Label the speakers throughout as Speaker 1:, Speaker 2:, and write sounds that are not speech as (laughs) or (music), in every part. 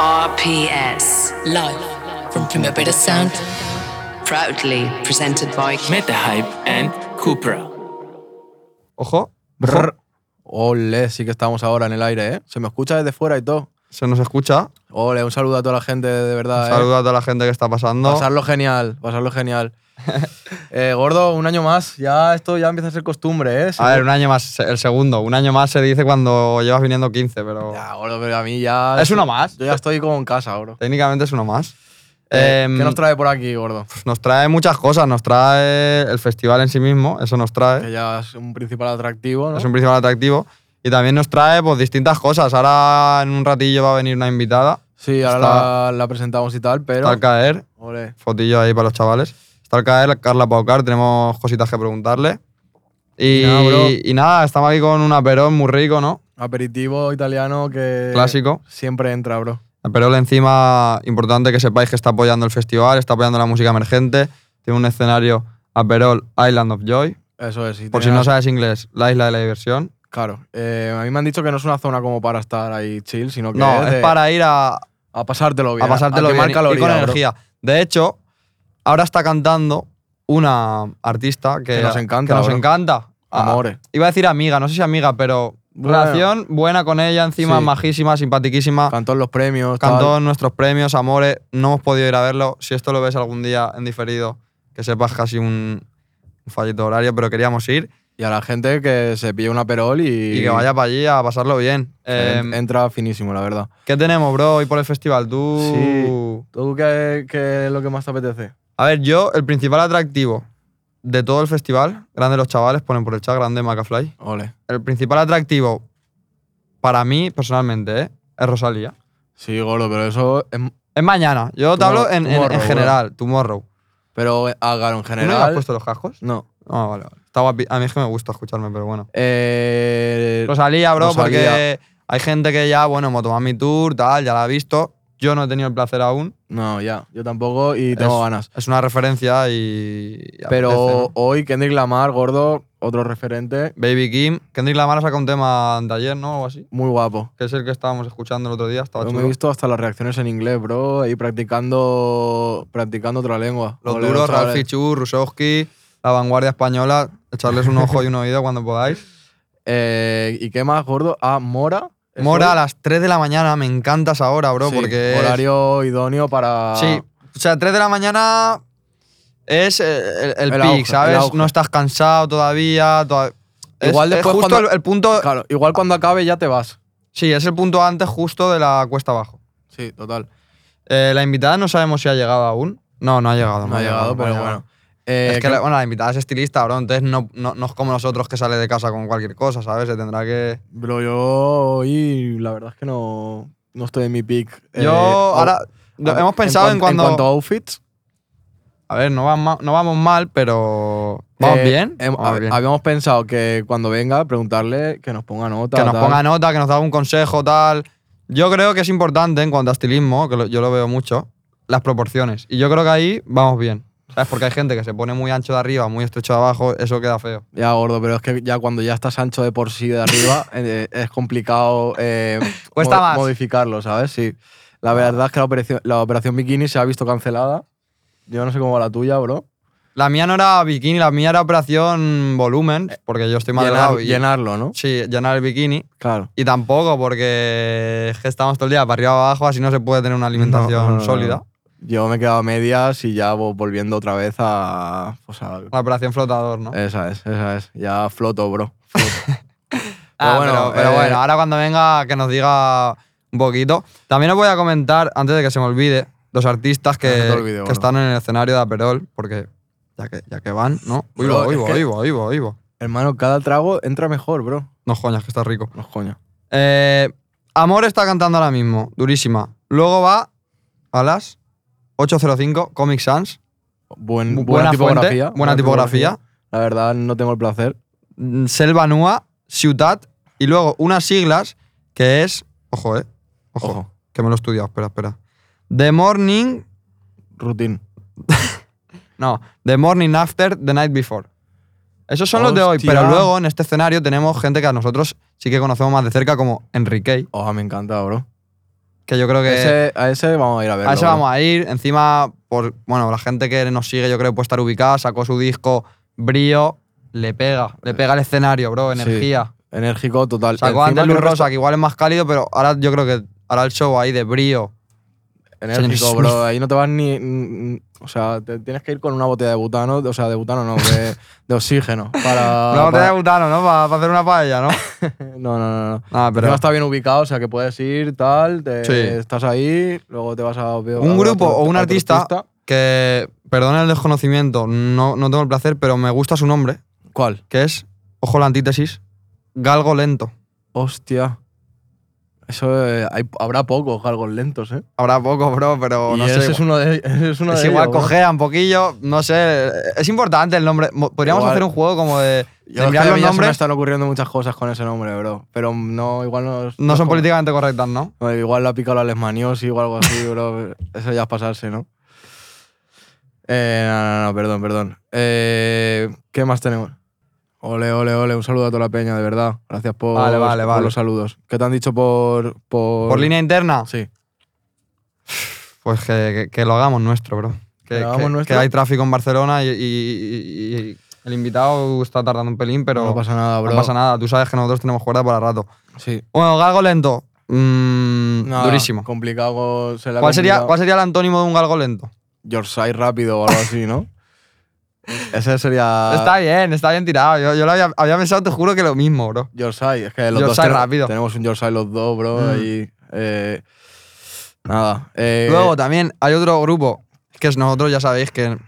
Speaker 1: RPS,
Speaker 2: Live from Primavera Sound,
Speaker 1: proudly presented by
Speaker 3: MetaHype and Cupra.
Speaker 4: Ojo,
Speaker 5: Brr. Ole, sí que estamos ahora en el aire, ¿eh? Se me escucha desde fuera y todo.
Speaker 4: se nos escucha.
Speaker 5: Ole, un saludo a toda la gente, de verdad. ¿eh?
Speaker 4: Saluda a toda la gente que está pasando.
Speaker 5: Pasarlo genial,
Speaker 4: (laughs)
Speaker 5: pasarlo genial. Eh, gordo, un año más. Ya esto ya empieza a ser costumbre, ¿eh? Se-
Speaker 4: A ver, un año más, el segundo. Un año más se dice cuando llevas viniendo 15, pero
Speaker 5: Ya, gordo, pero a mí ya.
Speaker 4: Es uno más.
Speaker 5: Yo ya estoy como en casa, gordo.
Speaker 4: técnicamente es uno más.
Speaker 5: Eh,
Speaker 4: Em,
Speaker 5: ¿Qué nos trae por
Speaker 4: (laughs)
Speaker 5: aquí, gordo?
Speaker 4: pf, nos trae muchas cosas. Nos trae el festival en sí mismo, eso nos
Speaker 5: Que
Speaker 4: trae.
Speaker 5: ya es un principal atractivo, ¿no?
Speaker 4: Es un principal atractivo. Y también nos trae pues, distintas cosas. Ahora en un ratillo va a venir una invitada.
Speaker 5: Sí, ahora
Speaker 4: Está-
Speaker 5: la, la presentamos y tal, pero.
Speaker 4: Está al caer.
Speaker 5: Ole.
Speaker 4: Fotillo ahí para los chavales. Está al caer Carla Paucar, tenemos cositas que preguntarle. Y,
Speaker 5: Y nada, bro.
Speaker 4: y nada, estamos aquí con un aperol muy rico, ¿no?
Speaker 5: Aperitivo italiano que.
Speaker 4: Clásico.
Speaker 5: Siempre entra, bro.
Speaker 4: Aperol encima, importante que sepáis que está apoyando el festival, está apoyando la música emergente. Tiene un escenario Aperol Island of Joy.
Speaker 5: Eso es. y
Speaker 4: Por si
Speaker 5: tiene-
Speaker 4: no sabes inglés, la isla de la diversión.
Speaker 5: Claro. Eh, a mí me han dicho que no es una zona como para estar ahí chill, sino que
Speaker 4: No,
Speaker 5: es,
Speaker 4: es
Speaker 5: de-
Speaker 4: para ir a,
Speaker 5: a pasártelo bien.
Speaker 4: a pasártelo
Speaker 5: quemar
Speaker 4: bien y- y
Speaker 5: calorías,
Speaker 4: con
Speaker 5: bro.
Speaker 4: energía. De hecho, ahora está cantando una artista que,
Speaker 5: Que nos encanta,
Speaker 4: que nos
Speaker 5: bro.
Speaker 4: encanta. Ah,
Speaker 5: Amore.
Speaker 4: Iba a decir amiga, no sé si amiga, pero
Speaker 5: Bueno.
Speaker 4: relación buena con ella, encima
Speaker 5: Sí.
Speaker 4: majísima, simpatiquísima.
Speaker 5: Cantó en los premios. tal.
Speaker 4: Cantó nuestros premios, amores. No hemos podido ir a verlo. Si esto lo ves algún día en diferido, que sepas casi un un fallito horario, pero queríamos ir
Speaker 5: Y a la gente que se pille una perol y.
Speaker 4: y que vaya para allí a pasarlo bien. Eh,
Speaker 5: En- entra finísimo, la verdad.
Speaker 4: ¿Qué tenemos, bro, hoy por el festival? Tú.
Speaker 5: ¿Tú qué, qué es lo que más te apetece?
Speaker 4: A ver, yo, el principal atractivo de todo el festival, grande los chavales, ponen por el chat, grande Macafly.
Speaker 5: Ole.
Speaker 4: El principal atractivo para mí, personalmente, ¿eh? es Rosalía.
Speaker 5: Sí, gordo, pero eso. es-
Speaker 4: Es mañana. Yo te
Speaker 5: Tomorrow-
Speaker 4: hablo en, en- en
Speaker 5: tomorrow, bro.
Speaker 4: general, tomorrow.
Speaker 5: Pero hágalo en
Speaker 4: ¿Tú no le has
Speaker 5: general.
Speaker 4: puesto los cascos?
Speaker 5: no.
Speaker 4: Ah, vale, vale. Está guapi. A mí es que me gusta escucharme, pero bueno.
Speaker 5: Eh,
Speaker 4: Rosalía, bro,
Speaker 5: Rosalía.
Speaker 4: porque hay gente que ya, bueno, Motomami Tour, tal, ya la ha visto. Yo no he tenido el placer aún.
Speaker 5: no, ya. Yo tampoco y tengo
Speaker 4: Es-
Speaker 5: ganas.
Speaker 4: Es una referencia y. y
Speaker 5: Pero
Speaker 4: apetece, ¿no?
Speaker 5: hoy Kendrick Lamar, gordo, otro referente,
Speaker 4: Baby Kim, Kendrick Lamar ha sacado un tema de ayer, ¿no? O así.
Speaker 5: muy guapo.
Speaker 4: Que es el que estábamos escuchando el otro día, estaba
Speaker 5: Yo me he
Speaker 4: chulo.
Speaker 5: visto hasta las reacciones en inglés, bro, ahí practicando, practicando otra lengua.
Speaker 4: Los
Speaker 5: Ole,
Speaker 4: duros,
Speaker 5: chavales.
Speaker 4: Ralph Fichu, Rusowski, la vanguardia española. Echarles un ojo y un oído cuando
Speaker 5: (laughs)
Speaker 4: podáis.
Speaker 5: Eh, ¿Y qué más, gordo? Ah, Mora. ¿es
Speaker 4: Mora a
Speaker 5: hoy?
Speaker 4: las 3 de la mañana, me encantas ahora, bro,
Speaker 5: Sí,
Speaker 4: porque. es-
Speaker 5: Horario idóneo para.
Speaker 4: Sí, o sea, 3 de la mañana es eh, el, el
Speaker 5: El
Speaker 4: peak,
Speaker 5: auge, el
Speaker 4: ¿sabes?
Speaker 5: auge.
Speaker 4: No estás cansado todavía. toda- es-
Speaker 5: Igual
Speaker 4: es
Speaker 5: después
Speaker 4: justo
Speaker 5: cuando-
Speaker 4: el, el punto.
Speaker 5: Claro, igual cuando acabe ya te vas.
Speaker 4: Sí, es el punto antes justo de la cuesta abajo.
Speaker 5: Sí, total.
Speaker 4: Eh, la invitada no sabemos si ha llegado aún. No, no ha llegado.
Speaker 5: No ha llegado, pero
Speaker 4: no ha
Speaker 5: bueno.
Speaker 4: llegado.
Speaker 5: Eh,
Speaker 4: es que,
Speaker 5: ¿qué-
Speaker 4: la- bueno, la invitada es estilista, bro, entonces no, no, no es como nosotros que sale de casa con cualquier cosa, ¿sabes? Se tendrá que...
Speaker 5: Bro, yo hoy la verdad es que no, no estoy en mi pick. eh,
Speaker 4: Yo
Speaker 5: o-
Speaker 4: ahora...
Speaker 5: a ver,
Speaker 4: hemos pensado en,
Speaker 5: cuan-
Speaker 4: cuando...
Speaker 5: En cuanto a outfits.
Speaker 4: A ver, no, vamos ma- no vamos mal, pero... ¿Vamos
Speaker 5: eh,
Speaker 4: bien?
Speaker 5: hem-
Speaker 4: Vamos
Speaker 5: hab-
Speaker 4: bien.
Speaker 5: Habíamos pensado que cuando venga, preguntarle que nos ponga nota.
Speaker 4: que nos
Speaker 5: tal.
Speaker 4: ponga nota, que nos da un consejo, tal. Yo creo que es importante en cuanto a estilismo, que lo- yo lo veo mucho, las proporciones. Y yo creo que ahí vamos bien. ¿Sabes? Porque hay gente que se pone muy ancho de arriba, muy estrecho de abajo, eso queda feo.
Speaker 5: Ya, gordo, pero es que ya cuando ya estás ancho de por sí de
Speaker 4: (laughs)
Speaker 5: arriba, eh, es complicado eh,
Speaker 4: Cuesta
Speaker 5: mo-
Speaker 4: más.
Speaker 5: modificarlo, ¿sabes? Sí. La verdad es que la operación, la operación bikini se ha visto cancelada. Yo no sé cómo va la tuya, bro.
Speaker 4: La mía no era bikini, la mía era operación volumen, porque yo estoy más
Speaker 5: Eh, Llenar-
Speaker 4: delgado y-
Speaker 5: llenarlo, ¿no?
Speaker 4: Sí, llenar el bikini.
Speaker 5: Claro.
Speaker 4: Y tampoco porque es que estamos todo el día para arriba o abajo, así no se puede tener una alimentación
Speaker 5: No, no, no, no.
Speaker 4: sólida.
Speaker 5: Yo me he quedado a medias y ya vo- volviendo otra vez a. pues a-
Speaker 4: Una operación flotador, ¿no?
Speaker 5: Esa es, esa es. Ya floto, bro.
Speaker 4: (laughs) Ah, pero, pero bueno,
Speaker 5: eh,
Speaker 4: ahora cuando venga que nos diga un poquito. También os voy a comentar, antes de que se me olvide, los artistas que,
Speaker 5: Ah, No se te olvide,
Speaker 4: que
Speaker 5: bueno.
Speaker 4: están en el escenario de Aperol, porque ya que, ya que van, ¿no?
Speaker 5: Bro,
Speaker 4: Oigo,
Speaker 5: es
Speaker 4: oigo,
Speaker 5: que-
Speaker 4: oigo, oigo, oigo.
Speaker 5: Hermano, cada trago entra mejor, bro.
Speaker 4: No joñas, que está rico.
Speaker 5: No es coña.
Speaker 4: Eh, Amor está cantando ahora mismo, durísima. Luego va a las 8.05, Comic Sans.
Speaker 5: Buen,
Speaker 4: Bu-
Speaker 5: buena,
Speaker 4: buena fuente,
Speaker 5: tipografía.
Speaker 4: buena tipografía.
Speaker 5: La verdad, no tengo el placer.
Speaker 4: mm, Selva Nua, Ciudad, y luego unas siglas que es. Ojo, eh. Ojo,
Speaker 5: Ojo.
Speaker 4: que me lo he estudiado, espera, espera. The Morning.
Speaker 5: Rutin.
Speaker 4: No, The Morning After, The Night Before. Esos son los de hoy,
Speaker 5: Hostia.
Speaker 4: pero luego en este escenario tenemos gente que a nosotros sí que conocemos más de cerca, como Enrique,
Speaker 5: Oh, me encanta, bro.
Speaker 4: que yo creo que
Speaker 5: Ese- a ese vamos a ir a verlo.
Speaker 4: a ese
Speaker 5: bro.
Speaker 4: vamos a ir. Encima, por bueno, la gente que nos sigue, yo creo que puede estar ubicada, sacó su disco Brío, le pega, le pega el escenario, bro,
Speaker 5: Eh, Sí.
Speaker 4: energía.
Speaker 5: Enérgico total.
Speaker 4: Sacó
Speaker 5: Encima
Speaker 4: antes
Speaker 5: que
Speaker 4: Luz
Speaker 5: el resto-
Speaker 4: Rosa, que igual es más cálido, pero ahora yo creo que hará el show ahí de Brío.
Speaker 5: Enérgico,
Speaker 4: Señor Smith.
Speaker 5: bro. Ahí no te vas ni. mm, O sea, te tienes que ir con una botella de butano. O sea, de butano no, de, de oxígeno. Para,
Speaker 4: Una botella de
Speaker 5: para-
Speaker 4: butano, ¿no? Para hacer una paella, ¿no?
Speaker 5: (laughs) No, no, no. no.
Speaker 4: Nada,
Speaker 5: Pero
Speaker 4: pero.
Speaker 5: está bien ubicado, o sea, que puedes ir, tal. te-
Speaker 4: Sí.
Speaker 5: Estás ahí, luego te vas a. a ver
Speaker 4: Un grupo
Speaker 5: otro-
Speaker 4: o un
Speaker 5: otro
Speaker 4: artista, que, perdona el desconocimiento, no, no tengo el placer, pero me gusta su nombre,
Speaker 5: ¿Cuál?
Speaker 4: que es, ojo la antítesis, Galgo Lento.
Speaker 5: Hostia. Eso eh, hay- habrá pocos galgos lentos, ¿eh?
Speaker 4: Habrá poco, bro, pero
Speaker 5: y
Speaker 4: no
Speaker 5: ese
Speaker 4: sé.
Speaker 5: es uno de, (laughs) ese es uno
Speaker 4: es
Speaker 5: de
Speaker 4: igual
Speaker 5: ellos, bro.
Speaker 4: cojea un poquillo, no sé. Es importante el nombre. Mo- Podríamos
Speaker 5: Igual.
Speaker 4: hacer un juego como de, de
Speaker 5: Yo es que
Speaker 4: mirar
Speaker 5: a
Speaker 4: los
Speaker 5: mí ya se me
Speaker 4: nombres.
Speaker 5: están ocurriendo muchas cosas con ese nombre, bro. Pero no, igual no. es-
Speaker 4: No
Speaker 5: es
Speaker 4: son
Speaker 5: como-
Speaker 4: políticamente correctas, ¿no?
Speaker 5: Bueno, igual la ha picado la lesmaniosis o algo así, bro. (laughs) Eso ya es pasarse, ¿no? Eh, no, no, no, perdón, perdón. Eh, ¿Qué más tenemos? Ole, ole, ole. Un saludo a toda la peña, de verdad. Gracias por,
Speaker 4: Vale, vale,
Speaker 5: por
Speaker 4: vale.
Speaker 5: los saludos. ¿Qué te han dicho por. Por,
Speaker 4: Por línea interna.
Speaker 5: Sí.
Speaker 4: Pues que, que- que lo hagamos nuestro, bro. Que,
Speaker 5: ¿Que lo hagamos
Speaker 4: que-
Speaker 5: nuestro?
Speaker 4: que hay tráfico en Barcelona y, y- y- y- y el invitado está tardando un pelín, pero
Speaker 5: no pasa nada, bro.
Speaker 4: no pasa nada. Tú sabes que nosotros tenemos cuerda para rato.
Speaker 5: Sí.
Speaker 4: Bueno, galgo lento. Mm,
Speaker 5: Nada,
Speaker 4: durísimo.
Speaker 5: Complicado. Se la ha
Speaker 4: ¿Cuál sería,
Speaker 5: complicado.
Speaker 4: ¿Cuál sería el antónimo de un galgo lento?
Speaker 5: Yorkshire rápido o algo
Speaker 4: (laughs)
Speaker 5: así, ¿no? Ese sería.
Speaker 4: Está bien, está bien tirado. Yo, yo lo había, había pensado, te juro que lo mismo, bro.
Speaker 5: Yorkshire, es que los dos
Speaker 4: Yorkshire
Speaker 5: tenemos-
Speaker 4: rápido.
Speaker 5: tenemos un Yorkshire los dos, bro,
Speaker 4: Mm.
Speaker 5: ahí, eh, nada. eh,
Speaker 4: Luego también hay otro grupo, es que nosotros ya sabéis que,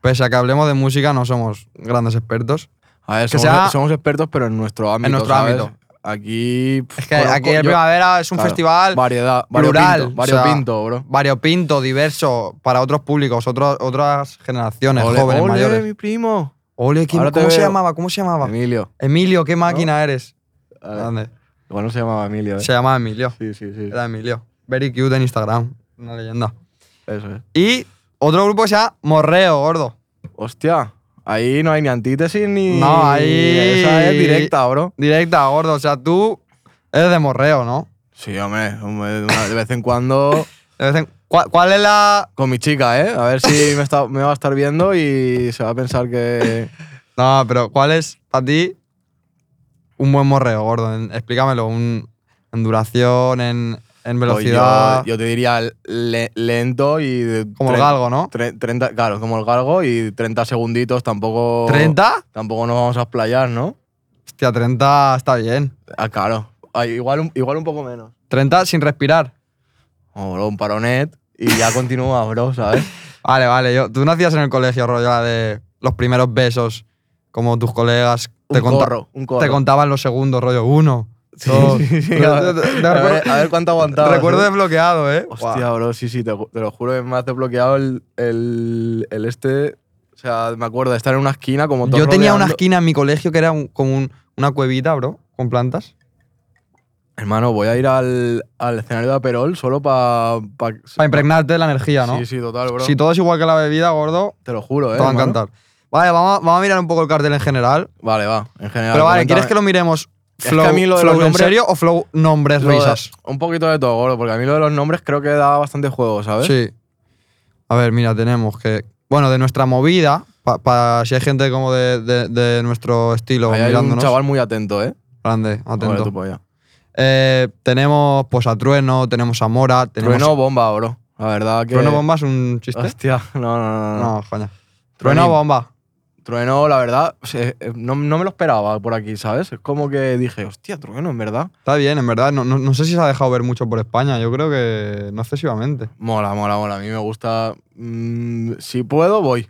Speaker 4: pese a que hablemos de música, no somos grandes expertos.
Speaker 5: a ver,
Speaker 4: que
Speaker 5: somos, e-,
Speaker 4: sea-
Speaker 5: somos expertos, pero en nuestro ámbito.
Speaker 4: nuestro
Speaker 5: ¿sabes?
Speaker 4: ámbito.
Speaker 5: Aquí. pf,
Speaker 4: Es que
Speaker 5: conozco-
Speaker 4: aquí el
Speaker 5: yo-
Speaker 4: Primavera es un
Speaker 5: claro,
Speaker 4: festival
Speaker 5: Variedad,
Speaker 4: plural,
Speaker 5: variopinto,
Speaker 4: o
Speaker 5: variopinto,
Speaker 4: sea,
Speaker 5: bro.
Speaker 4: variopinto, diverso, para otros públicos, otros- otras generaciones,
Speaker 5: Ole,
Speaker 4: jóvenes,
Speaker 5: ole,
Speaker 4: mayores. Ah.
Speaker 5: mi primo.
Speaker 4: Ole, ¿quién-
Speaker 5: Ahora te
Speaker 4: ¿cómo se
Speaker 5: veo.
Speaker 4: llamaba? ¿Cómo se llamaba?
Speaker 5: Emilio.
Speaker 4: Emilio, qué máquina eres.
Speaker 5: A ver,
Speaker 4: Grande.
Speaker 5: Igual no se llamaba Emilio, ¿eh?
Speaker 4: Se llamaba Emilio.
Speaker 5: Sí, sí, sí.
Speaker 4: Era Emilio. Very cute en Instagram. Una leyenda.
Speaker 5: Eso es.
Speaker 4: Y otro grupo que se llama Morreo, gordo.
Speaker 5: Hostia, ahí no hay ni antítesis ni.
Speaker 4: No, ahí-
Speaker 5: Esa es directa, bro.
Speaker 4: Directa, gordo. O sea, tú eres de Morreo, ¿no?
Speaker 5: Sí, hombre, hombre, una- de vez
Speaker 4: (laughs)
Speaker 5: en cuando.
Speaker 4: De vez en- ¿Cuál, cuál es la...?
Speaker 5: Con mi chica, ¿eh? A ver si me, está- me va a estar viendo y se va a pensar
Speaker 4: (laughs)
Speaker 5: que...
Speaker 4: No, pero ¿cuál es para ti un buen morreo, gordo? En- explícamelo. un- en duración, en, en velocidad...
Speaker 5: Pues Yo, yo te diría le- lento y... de
Speaker 4: como el
Speaker 5: tre-
Speaker 4: galgo, ¿no?
Speaker 5: tre- 30, claro, como el galgo y 30 segunditos tampoco...
Speaker 4: ¿30?
Speaker 5: Tampoco nos vamos a explayar, ¿no?
Speaker 4: Hostia, 30 está bien.
Speaker 5: Ah, claro. Ah, igual, un, igual un poco menos.
Speaker 4: 30 sin respirar.
Speaker 5: O bro, un paronet y
Speaker 4: (laughs)
Speaker 5: ya continúa, bro, ¿sabes?
Speaker 4: Vale, vale. Yo, tú no hacías en el colegio, rollo, la de los primeros besos, como tus colegas
Speaker 5: Un
Speaker 4: conta-
Speaker 5: corro, un corro.
Speaker 4: te contaban los segundos, rollo, uno,
Speaker 5: Sí,
Speaker 4: dos.
Speaker 5: sí, sí,
Speaker 4: Te-
Speaker 5: a,
Speaker 4: te- te-
Speaker 5: ver,
Speaker 4: te
Speaker 5: a ver-
Speaker 4: recuerdo-
Speaker 5: a ver cuánto aguantaba.
Speaker 4: Recuerdo desbloqueado, ¿eh?
Speaker 5: Hostia,
Speaker 4: Guau.
Speaker 5: bro, sí, sí, te, ju- te lo juro que me has desbloqueado el, el, el este. O sea, me acuerdo de estar en una esquina como todo
Speaker 4: Yo tenía una
Speaker 5: rodeando-
Speaker 4: esquina en mi colegio que era un- como un- una cuevita, bro, con plantas.
Speaker 5: Hermano, voy a ir al, al escenario de Aperol solo para. Pa,
Speaker 4: Para impregnarte de la energía, ¿no?
Speaker 5: Sí, sí, total, bro.
Speaker 4: Si todo es igual que la bebida, gordo,
Speaker 5: te lo juro, eh.
Speaker 4: te va a
Speaker 5: hermano.
Speaker 4: encantar. Vale, vamos a, vamos a mirar un poco el cartel en general.
Speaker 5: Vale, va, en general.
Speaker 4: Pero vale,
Speaker 5: coméntame.
Speaker 4: ¿quieres que lo miremos
Speaker 5: Es que
Speaker 4: flow,
Speaker 5: a mí lo de
Speaker 4: flow
Speaker 5: los
Speaker 4: en
Speaker 5: nombres-
Speaker 4: serio o flow nombres,
Speaker 5: Lo de-
Speaker 4: risas?
Speaker 5: Un poquito de todo, gordo, porque a mí lo de los nombres creo que da bastante juego, ¿sabes?
Speaker 4: Sí. A ver, mira, tenemos que. Bueno, de nuestra movida, para si hay gente como de, de- de nuestro estilo
Speaker 5: Ahí hay un
Speaker 4: mirándonos.
Speaker 5: chaval muy atento, eh.
Speaker 4: Grande, atento.
Speaker 5: Vale, tú pues, polla.
Speaker 4: Eh, tenemos Posatrueno, tenemos Amora, tenemos.
Speaker 5: Trueno bomba, bro. La verdad que.
Speaker 4: Trueno Bomba es un chiste.
Speaker 5: Hostia, (laughs) no, no, no. no.
Speaker 4: No, coña. Trueno
Speaker 5: Truenín.
Speaker 4: Bomba.
Speaker 5: Trueno, la verdad, se- eh, no, no me lo esperaba por aquí, ¿sabes? Es como que dije, hostia, Trueno, en verdad.
Speaker 4: Está bien, en verdad. No, no- no sé si se ha dejado ver mucho por España. Yo creo que no excesivamente.
Speaker 5: Mola, mola, mola. A mí me gusta. mm, si puedo, voy.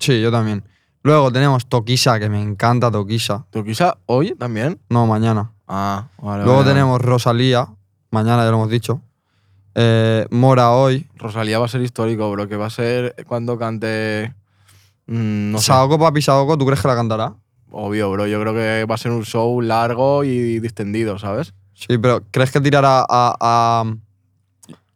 Speaker 4: Sí, yo también. Luego tenemos Toquisa, que me encanta Toquisa.
Speaker 5: ¿Tú quizá hoy también?
Speaker 4: No, mañana.
Speaker 5: Ah, vale.
Speaker 4: Luego
Speaker 5: vale, vale.
Speaker 4: tenemos Rosalía, mañana ya lo hemos dicho. Eh, Mora hoy.
Speaker 5: Rosalía va a ser histórico, bro, que va a ser cuando cante. mm, no sé.
Speaker 4: Saoko, papi Saoko, ¿tú crees que la cantará?
Speaker 5: Obvio, bro. Yo creo que va a ser un show largo y distendido, ¿sabes?
Speaker 4: Sí, pero ¿crees que tirará a, a,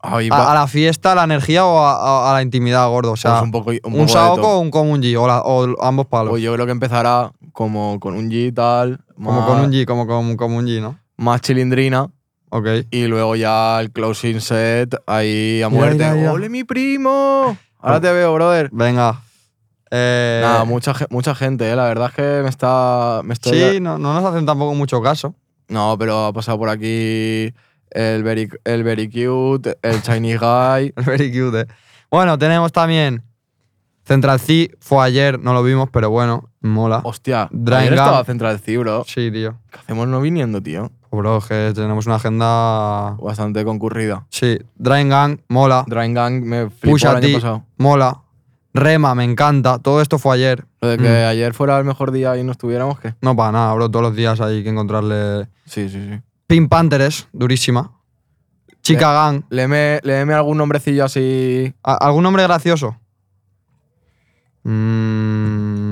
Speaker 5: Ay,
Speaker 4: a-
Speaker 5: va-
Speaker 4: a la fiesta, a la energía o a, a- a la intimidad, gordo? O sea,
Speaker 5: pues un poco. Un, poco
Speaker 4: ah, un
Speaker 5: de
Speaker 4: Saoko
Speaker 5: todo.
Speaker 4: o un Komunji, o, la- o ambos palos.
Speaker 5: Pues yo creo que empezará como con un G y tal.
Speaker 4: como
Speaker 5: más-
Speaker 4: con un G, como con, como un G, ¿no?
Speaker 5: Más chilindrina.
Speaker 4: Ok.
Speaker 5: Y luego ya el closing set, ahí
Speaker 4: Ya,
Speaker 5: a muerte.
Speaker 4: ya, ya.
Speaker 5: ¡Ole, mi primo! Ahora te veo, brother.
Speaker 4: Venga. Eh,
Speaker 5: Nada, mucha, ge- mucha gente, eh. la verdad es que me está. Me estoy
Speaker 4: sí, no, no nos hacen tampoco mucho caso. (laughs)
Speaker 5: No, pero ha pasado por aquí el Very, el very Cute, el Chinese Guy.
Speaker 4: Very cute. eh. Bueno, tenemos también Central C. Fue ayer, no lo vimos, pero bueno, mola.
Speaker 5: Hostia,
Speaker 4: Drain
Speaker 5: ayer
Speaker 4: Gun.
Speaker 5: estaba Central C, bro.
Speaker 4: Sí, tío.
Speaker 5: ¿Qué hacemos no viniendo, tío?
Speaker 4: Bro, es que tenemos una agenda.
Speaker 5: Bastante concurrida.
Speaker 4: Sí, Drain Gang, mola.
Speaker 5: Drain Gang me flipó
Speaker 4: Pusha
Speaker 5: el año
Speaker 4: T,
Speaker 5: pasado.
Speaker 4: mola. Rema, me encanta. Todo esto fue ayer.
Speaker 5: Lo de que
Speaker 4: Mm.
Speaker 5: ayer fuera el mejor día y no estuviéramos, ¿qué?
Speaker 4: No para nada, bro. Todos los días hay que encontrarle.
Speaker 5: Sí, sí, sí.
Speaker 4: Pink Panthers, durísima. Chica Gang.
Speaker 5: Léeme, léeme algún nombrecillo así.
Speaker 4: ¿A- ¿Algún nombre gracioso?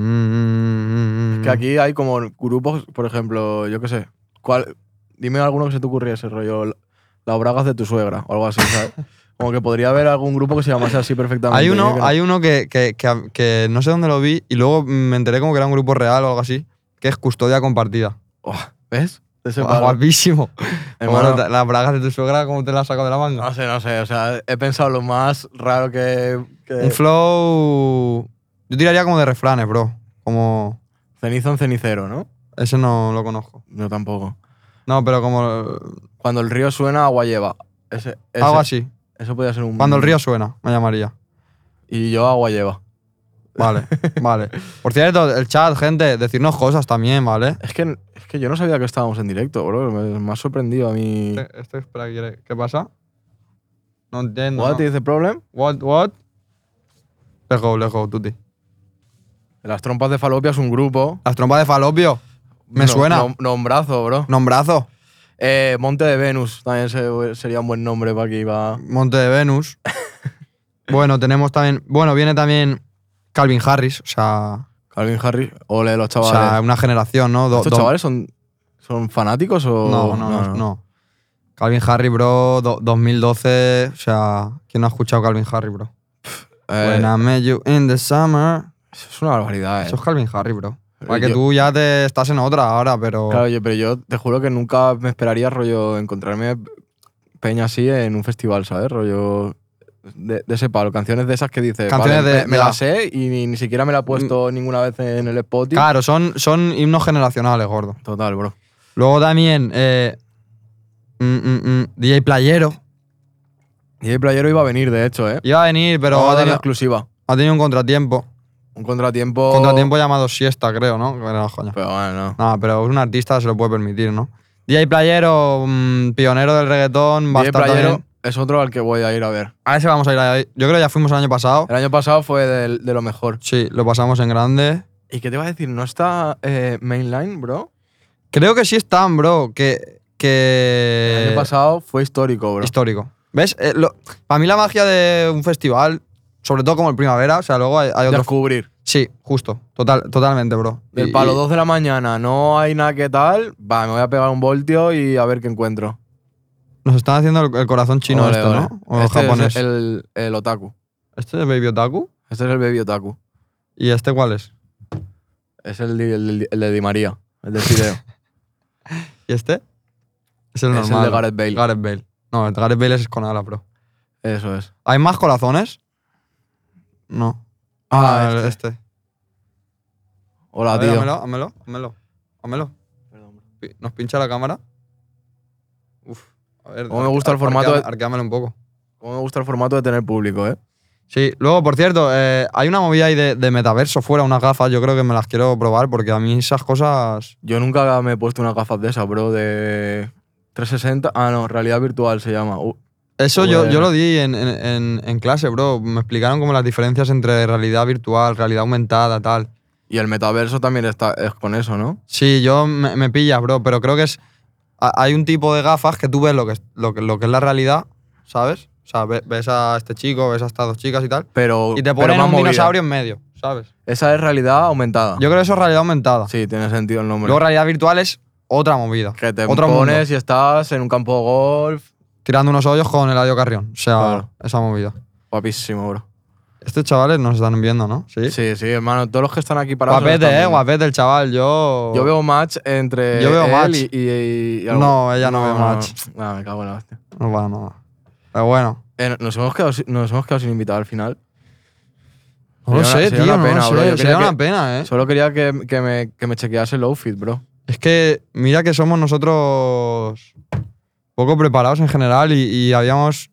Speaker 4: Mm,
Speaker 5: Que aquí hay como grupos, por ejemplo, yo qué sé. ¿Cuál? Dime alguno que se te ocurriese, rollo. la- Las bragas de tu suegra o algo así,
Speaker 4: (laughs)
Speaker 5: ¿sabes? Como que podría haber algún grupo que se llamase así perfectamente.
Speaker 4: Hay
Speaker 5: yo que
Speaker 4: uno,
Speaker 5: no-
Speaker 4: hay uno que, que- que- que no sé dónde lo vi y luego me enteré como que era un grupo real o algo así, que es Custodia Compartida.
Speaker 5: Oh, ¿Ves? De ese
Speaker 4: Guau,
Speaker 5: palo.
Speaker 4: Guapísimo.
Speaker 5: Hermano,
Speaker 4: Bueno, las bragas de tu suegra, ¿cómo te las saco de la manga?
Speaker 5: no sé, no sé. O sea, he pensado lo más raro que. que-
Speaker 4: Un flow. Yo tiraría como de refranes, bro. Como.
Speaker 5: Cenizo en cenicero, ¿no?
Speaker 4: Ese no lo conozco.
Speaker 5: No tampoco.
Speaker 4: No, pero como.
Speaker 5: Cuando el río suena, agua lleva. Ese, ese- Mm.
Speaker 4: Algo así.
Speaker 5: Eso podría ser un.
Speaker 4: Cuando el río suena, me llamaría.
Speaker 5: Y yo agua lleva.
Speaker 4: (laughs) Vale, vale. Por cierto, el chat, gente, decirnos cosas también, ¿vale?
Speaker 5: Es que, es que yo no sabía que estábamos en directo, bro. Me, me ha sorprendido a mí.
Speaker 4: Esto espera, ¿quiere- ¿qué pasa? No entiendo.
Speaker 5: What
Speaker 4: no.
Speaker 5: is the problem?
Speaker 4: What, what? Let's go, let's go, tutti.
Speaker 5: Las trompas de falopia es un grupo.
Speaker 4: Las trompas de falopio. Me
Speaker 5: No-
Speaker 4: suena.
Speaker 5: no- nombrazo, bro.
Speaker 4: Nombrazo.
Speaker 5: Eh, Monte de Venus también se- sería un buen nombre para aquí. va
Speaker 4: Monte de
Speaker 5: (laughs)
Speaker 4: Venus. bueno, tenemos también. Bueno, viene también Calvin Harris. O sea,
Speaker 5: Calvin Harris. Ole, los
Speaker 4: o sea,
Speaker 5: chavales.
Speaker 4: una generación, ¿no? Do-
Speaker 5: ¿Estos
Speaker 4: do-
Speaker 5: chavales son, son fanáticos o.?
Speaker 4: No, no, no, no. Calvin Harris, bro, do- 2012. O sea, ¿quién no ha escuchado Calvin Harris, bro?
Speaker 5: Eh,
Speaker 4: When I met you in the summer.
Speaker 5: eso es una barbaridad, eh.
Speaker 4: Pues Eso es Calvin Harris, bro. Para que
Speaker 5: yo-
Speaker 4: tú ya te estás en otra ahora, pero.
Speaker 5: Claro, yo, pero yo te juro que nunca me esperaría, rollo, encontrarme peña así en un festival, ¿sabes? Rollo. De, de ese palo, canciones de esas que dices.
Speaker 4: Canciones
Speaker 5: vale,
Speaker 4: de-
Speaker 5: Me, me
Speaker 4: ya.
Speaker 5: las sé y ni, ni siquiera me la he puesto ninguna vez en el spot. tío.
Speaker 4: Claro, son, son himnos generacionales, gordo.
Speaker 5: Total, bro.
Speaker 4: Luego también eh, mm, mm, mm, DJ Playero.
Speaker 5: Y el playero iba a venir, de hecho, ¿eh?
Speaker 4: Iba a venir, pero
Speaker 5: Vamos a
Speaker 4: ha,
Speaker 5: dar la
Speaker 4: tenido,
Speaker 5: exclusiva.
Speaker 4: ha tenido un contratiempo.
Speaker 5: Un contratiempo.
Speaker 4: Contratiempo llamado siesta, creo, ¿no? Que era la joya.
Speaker 5: Oh. Pero bueno, no.
Speaker 4: Nada, pero un artista se lo puede permitir, ¿no? DJ Playero, mm, pionero del reggaetón,
Speaker 5: Y el
Speaker 4: bastante.
Speaker 5: playero es otro al que voy a ir a ver.
Speaker 4: A ese vamos a ir a- Yo creo que ya fuimos el año pasado.
Speaker 5: El año pasado fue del- de, lo mejor.
Speaker 4: Sí, lo pasamos en grande.
Speaker 5: ¿Y qué te iba a decir? ¿No está eh, Mainline, bro?
Speaker 4: Creo que sí están, bro. Que. que
Speaker 5: El año pasado fue histórico, bro.
Speaker 4: Eh, Histórico. ¿Ves? Eh, para mí la magia de un festival, sobre todo como el Primavera, o sea, luego hay, hay otros...
Speaker 5: Descubrir.
Speaker 4: Sí, justo. Total, totalmente, bro.
Speaker 5: Del
Speaker 4: Y-
Speaker 5: palo
Speaker 4: y-
Speaker 5: 2 de la mañana, no hay nada que tal. Va, me voy a pegar un voltio y a ver qué encuentro.
Speaker 4: Nos están haciendo el, el corazón chino
Speaker 5: Ole,
Speaker 4: esto,
Speaker 5: ole.
Speaker 4: ¿no? O
Speaker 5: Este
Speaker 4: japonés.
Speaker 5: Es el, el otaku.
Speaker 4: Este es Baby Otaku.
Speaker 5: Este es el baby otaku.
Speaker 4: ¿Y este cuál es?
Speaker 5: Es el, di- el di- el de Di María, el de Fideo.
Speaker 4: (laughs) ¿Y este? Es el
Speaker 5: Es el
Speaker 4: normal.
Speaker 5: de Gareth Bale.
Speaker 4: Gareth Bale. No, el Gareth Bale es con ala, bro.
Speaker 5: Eso es.
Speaker 4: ¿Hay más corazones? No.
Speaker 5: Ah,
Speaker 4: el-
Speaker 5: este.
Speaker 4: este. A
Speaker 5: Hola,
Speaker 4: ver,
Speaker 5: tío.
Speaker 4: Hámelo, hámelo, hámelo. Hámelo. Pi- ¿Nos pincha la cámara? Uf. A ver,
Speaker 5: Cómo me gusta el formato de-
Speaker 4: Arqueámelo un poco.
Speaker 5: Cómo me gusta el formato de tener público, ¿eh?
Speaker 4: Sí, luego, por cierto, eh, hay una movida ahí de, de metaverso fuera, unas gafas. Yo creo que me las quiero probar porque a mí esas cosas.
Speaker 5: Yo nunca me he puesto unas gafas de esas, bro, de 360. Ah, no, realidad virtual se llama. Uh,
Speaker 4: Eso yo, yo
Speaker 5: Bueno.
Speaker 4: lo di en, en- en- en clase, bro. Me explicaron como las diferencias entre realidad virtual, realidad aumentada, tal.
Speaker 5: y el metaverso también está, es con eso, ¿no?
Speaker 4: Sí, yo me, me pillas, bro, pero creo que es. ha- Hay un tipo de gafas que tú ves lo que es, lo que, lo que es la realidad, ¿sabes? O sea, ve- ves a este chico, ves a estas dos chicas y tal.
Speaker 5: Pero.
Speaker 4: Y te
Speaker 5: pero
Speaker 4: ponen
Speaker 5: más
Speaker 4: un
Speaker 5: movida.
Speaker 4: dinosaurio en medio, ¿sabes?
Speaker 5: Esa es realidad aumentada.
Speaker 4: Yo creo que eso es realidad aumentada.
Speaker 5: Sí, tiene sentido el nombre.
Speaker 4: Luego realidad virtual es otra movida.
Speaker 5: que te
Speaker 4: otro
Speaker 5: pones
Speaker 4: mundo.
Speaker 5: y estás en un campo de golf.
Speaker 4: Tirando unos hoyos con el Eladio Carrión. O sea,
Speaker 5: Claro.
Speaker 4: esa movida.
Speaker 5: Guapísimo, bro.
Speaker 4: Estos chavales nos están viendo, ¿no? Sí.
Speaker 5: Sí, sí, hermano. Todos los que están aquí parados. nos
Speaker 4: Guapete,
Speaker 5: están
Speaker 4: eh,
Speaker 5: viendo.
Speaker 4: guapete el chaval. Yo.
Speaker 5: Yo veo match entre.
Speaker 4: Yo veo
Speaker 5: él
Speaker 4: match.
Speaker 5: Y, y- y algo-
Speaker 4: No, ella no ve match.
Speaker 5: No, me cago en la hostia.
Speaker 4: No va, no va. Pero bueno.
Speaker 5: Eh, nos, hemos quedado, sin- nos hemos quedado sin invitado al final.
Speaker 4: No lo
Speaker 5: Sería
Speaker 4: sé,
Speaker 5: una-
Speaker 4: tío.
Speaker 5: sería una
Speaker 4: no lo
Speaker 5: pena,
Speaker 4: sé,
Speaker 5: bro, yo
Speaker 4: Sería
Speaker 5: creo
Speaker 4: una
Speaker 5: que-
Speaker 4: pena, eh.
Speaker 5: Solo quería que, que me, que me chequease el outfit, bro.
Speaker 4: Es que mira que somos nosotros poco preparados en general y, y habíamos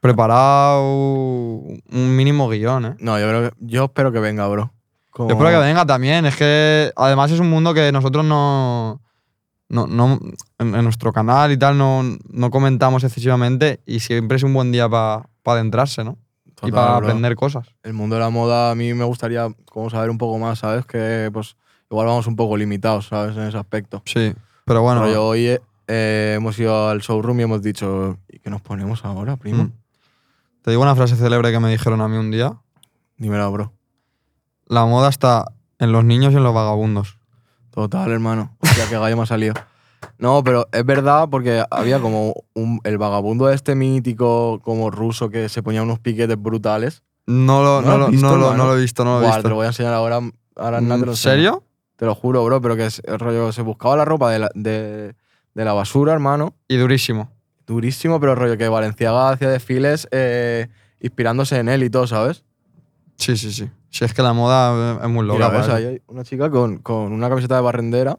Speaker 4: preparado un mínimo guión, ¿eh?
Speaker 5: No, yo creo que, yo espero que venga, bro. Como-
Speaker 4: Yo espero que venga también. Es que además es un mundo que nosotros no. no, no- en, en nuestro canal y tal no, no comentamos excesivamente y siempre es un buen día para adentrarse, ¿no?
Speaker 5: Total,
Speaker 4: y para
Speaker 5: bro.
Speaker 4: aprender cosas.
Speaker 5: El mundo de la moda a mí me gustaría como saber un poco más, ¿sabes? Que pues igual vamos un poco limitados, ¿sabes? En ese aspecto.
Speaker 4: Sí. Pero bueno.
Speaker 5: Pero yo hoy eh, eh, hemos ido al showroom y hemos dicho, ¿y qué nos ponemos ahora, primo?
Speaker 4: mm. Te digo una frase célebre que me dijeron a mí un día.
Speaker 5: Dímela, bro.
Speaker 4: La moda está en los niños y en los vagabundos.
Speaker 5: Total, hermano. Ya que gallo me ha salido. No, pero es verdad porque había como un- el vagabundo este mítico como ruso que se ponía unos piquetes brutales.
Speaker 4: No lo,
Speaker 5: ¿No
Speaker 4: no
Speaker 5: lo
Speaker 4: lo,
Speaker 5: has visto,
Speaker 4: no lo,
Speaker 5: hermano?
Speaker 4: no lo he visto, no lo he
Speaker 5: Buah,
Speaker 4: visto.
Speaker 5: te lo voy a enseñar ahora. ahora en nada te lo
Speaker 4: ¿En
Speaker 5: enseño.
Speaker 4: serio?
Speaker 5: Te lo juro, bro, pero que es el rollo, se buscaba la ropa de la, de, de la basura, hermano.
Speaker 4: Y durísimo.
Speaker 5: Durísimo, pero rollo que Valenciaga hacía desfiles eh, inspirándose en él y todo, ¿sabes?
Speaker 4: Sí, sí, sí. Si es que la moda eh, es muy
Speaker 5: Lo
Speaker 4: loca. para
Speaker 5: ahí
Speaker 4: eso.
Speaker 5: hay una chica con, con una camiseta de barrendera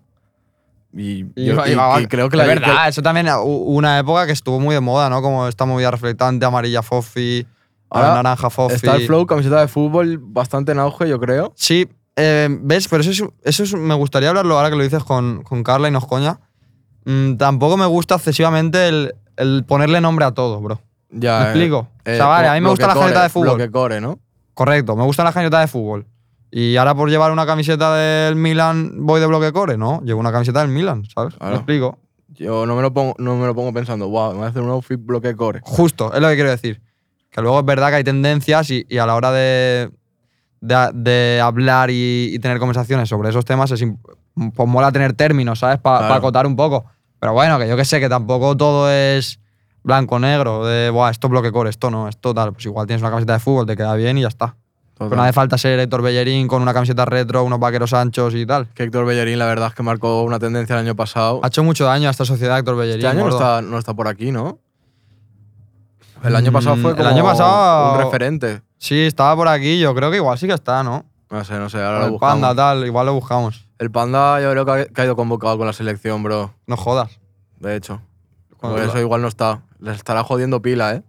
Speaker 5: y,
Speaker 4: Y-
Speaker 5: yo-
Speaker 4: y-
Speaker 5: y-
Speaker 4: va-
Speaker 5: y creo que la
Speaker 4: es verdad, eso también eh, hu- hubo una época que estuvo muy de moda, ¿no? Como esta movida reflectante, amarilla fofi,
Speaker 5: Ahora
Speaker 4: naranja fofi.
Speaker 5: Está el flow, camiseta de fútbol, bastante en auge, yo creo.
Speaker 4: Sí, eh, ¿ves? Pero eso, es, eso es- me gustaría hablarlo ahora que lo dices con, con Carla y nos coña. Mm, tampoco me gusta excesivamente el, el ponerle nombre a todo, bro.
Speaker 5: Ya,
Speaker 4: ¿Me
Speaker 5: eh,
Speaker 4: explico?
Speaker 5: eh,
Speaker 4: o sea, vale, a mí
Speaker 5: lo
Speaker 4: me gusta
Speaker 5: que
Speaker 4: la
Speaker 5: core,
Speaker 4: camiseta de
Speaker 5: Lo
Speaker 4: fútbol.
Speaker 5: que core, ¿no?
Speaker 4: Correcto, me gustan las camisetas de fútbol. Y ahora por llevar una camiseta del Milan voy de bloque core, ¿no? Llevo una camiseta del Milan, ¿sabes?
Speaker 5: Claro.
Speaker 4: Me explico.
Speaker 5: Yo no me lo pongo, no me lo pongo pensando, wow, me voy a hacer un outfit bloque core.
Speaker 4: Justo, es lo que quiero decir. Que luego es verdad que hay tendencias y, y a la hora de, de, de hablar y, y tener conversaciones sobre esos temas es imp- pues mola tener términos, ¿sabes? Para
Speaker 5: Claro.
Speaker 4: acotar un poco. Pero bueno, que yo que sé, que tampoco todo es blanco-negro, de, Buah, esto es bloque core, esto no, esto tal. Pues igual tienes una camiseta de fútbol, te queda bien y ya está. Pero no hace falta ser Héctor Bellerín con una camiseta retro, unos vaqueros anchos y tal.
Speaker 5: Que Héctor Bellerín, la verdad es que marcó una tendencia el año pasado.
Speaker 4: Ha hecho mucho daño a esta sociedad Héctor Bellerín.
Speaker 5: Este año no
Speaker 4: gordo.
Speaker 5: está, no está por aquí, ¿no? El año pasado
Speaker 4: Mm,
Speaker 5: fue
Speaker 4: el
Speaker 5: como
Speaker 4: año pasado-
Speaker 5: un referente.
Speaker 4: Sí, estaba por aquí, yo creo que igual sí que está, ¿no?
Speaker 5: No sé, no sé, ahora lo
Speaker 4: El
Speaker 5: buscamos.
Speaker 4: panda, tal, igual lo buscamos.
Speaker 5: El panda yo creo que ha, que ha ido convocado con la selección, bro.
Speaker 4: No jodas.
Speaker 5: De hecho.
Speaker 4: Cuando
Speaker 5: Por
Speaker 4: lo-
Speaker 5: eso igual no está. Les estará jodiendo pila, ¿eh?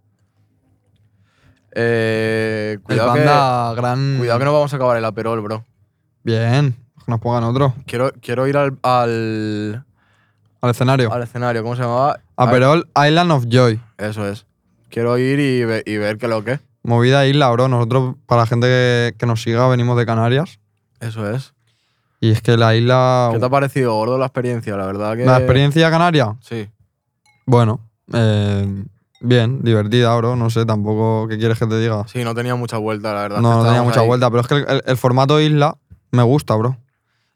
Speaker 5: Eh, cuidado,
Speaker 4: el panda, mm. gran.
Speaker 5: que, cuidado que no vamos a acabar el aperol, bro.
Speaker 4: Bien, que nos pongan otro.
Speaker 5: Quiero, quiero ir al, al,
Speaker 4: Al escenario.
Speaker 5: al escenario, ¿cómo se llamaba?
Speaker 4: Aperol Island of Joy.
Speaker 5: Eso es. Quiero ir y, ve- y ver qué lo que.
Speaker 4: Movida isla, bro. Nosotros, para la gente que, que nos siga, venimos de Canarias.
Speaker 5: Eso es.
Speaker 4: Y es que la isla.
Speaker 5: ¿Qué te ha parecido, gordo, la experiencia? La verdad que...
Speaker 4: La experiencia canaria,
Speaker 5: Sí.
Speaker 4: bueno, eh, bien, divertida, bro. No sé tampoco qué quieres que te diga.
Speaker 5: Sí, no tenía mucha vuelta, la verdad.
Speaker 4: No, no tenía
Speaker 5: Estábamos
Speaker 4: mucha
Speaker 5: ahí.
Speaker 4: vuelta, pero es que el, el- el formato isla me gusta, bro.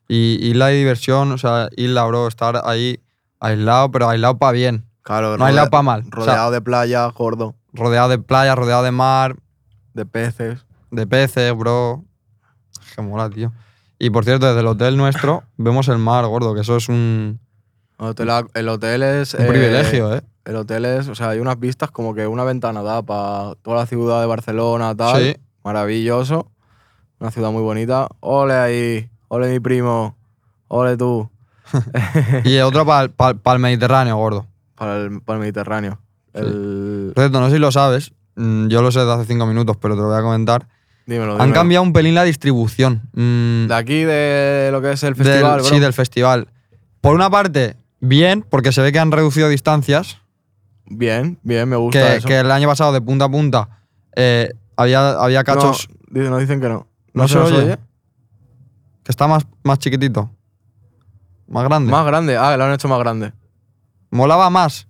Speaker 4: Y isla y diversión, o sea, isla, bro, estar ahí aislado, pero aislado para bien,
Speaker 5: Claro,
Speaker 4: no aislado para mal. O sea,
Speaker 5: Rodeado de playa, gordo,
Speaker 4: rodeado de playa, rodeado de mar,
Speaker 5: de peces.
Speaker 4: de peces, bro. Es que mola, tío. Y por cierto, desde el hotel
Speaker 5: (laughs)
Speaker 4: nuestro vemos el mar, gordo, que eso es un,
Speaker 5: Hotel- el hotel es...
Speaker 4: un
Speaker 5: eh,
Speaker 4: privilegio, ¿eh?
Speaker 5: El hotel es... O sea, hay unas vistas como que una ventana da para toda la ciudad de Barcelona, tal.
Speaker 4: Sí.
Speaker 5: Maravilloso. Una ciudad muy bonita. Ole ahí. Ole mi primo. Ole tú.
Speaker 4: Y otro para el Mediterráneo, gordo.
Speaker 5: Para el, para el Mediterráneo. El-
Speaker 4: Por cierto, no sé si lo sabes, mm, yo lo sé desde hace cinco minutos, pero te lo voy a comentar.
Speaker 5: Dímelo,
Speaker 4: Han
Speaker 5: dímelo.
Speaker 4: cambiado un pelín la distribución. mm,
Speaker 5: De aquí, de lo que es el
Speaker 4: del-
Speaker 5: festival, bro.
Speaker 4: Sí, del festival. Por una parte, bien, porque se ve que han reducido distancias.
Speaker 5: Bien, bien, me gusta
Speaker 4: Que,
Speaker 5: eso.
Speaker 4: que el año pasado, de punta a punta, eh, había, había cachos
Speaker 5: No, dice- nos dicen que no.
Speaker 4: ¿No se
Speaker 5: nos
Speaker 4: oye? que está más, más chiquitito. Más grande.
Speaker 5: Más grande. Ah, lo han hecho más grande.
Speaker 4: Molaba más.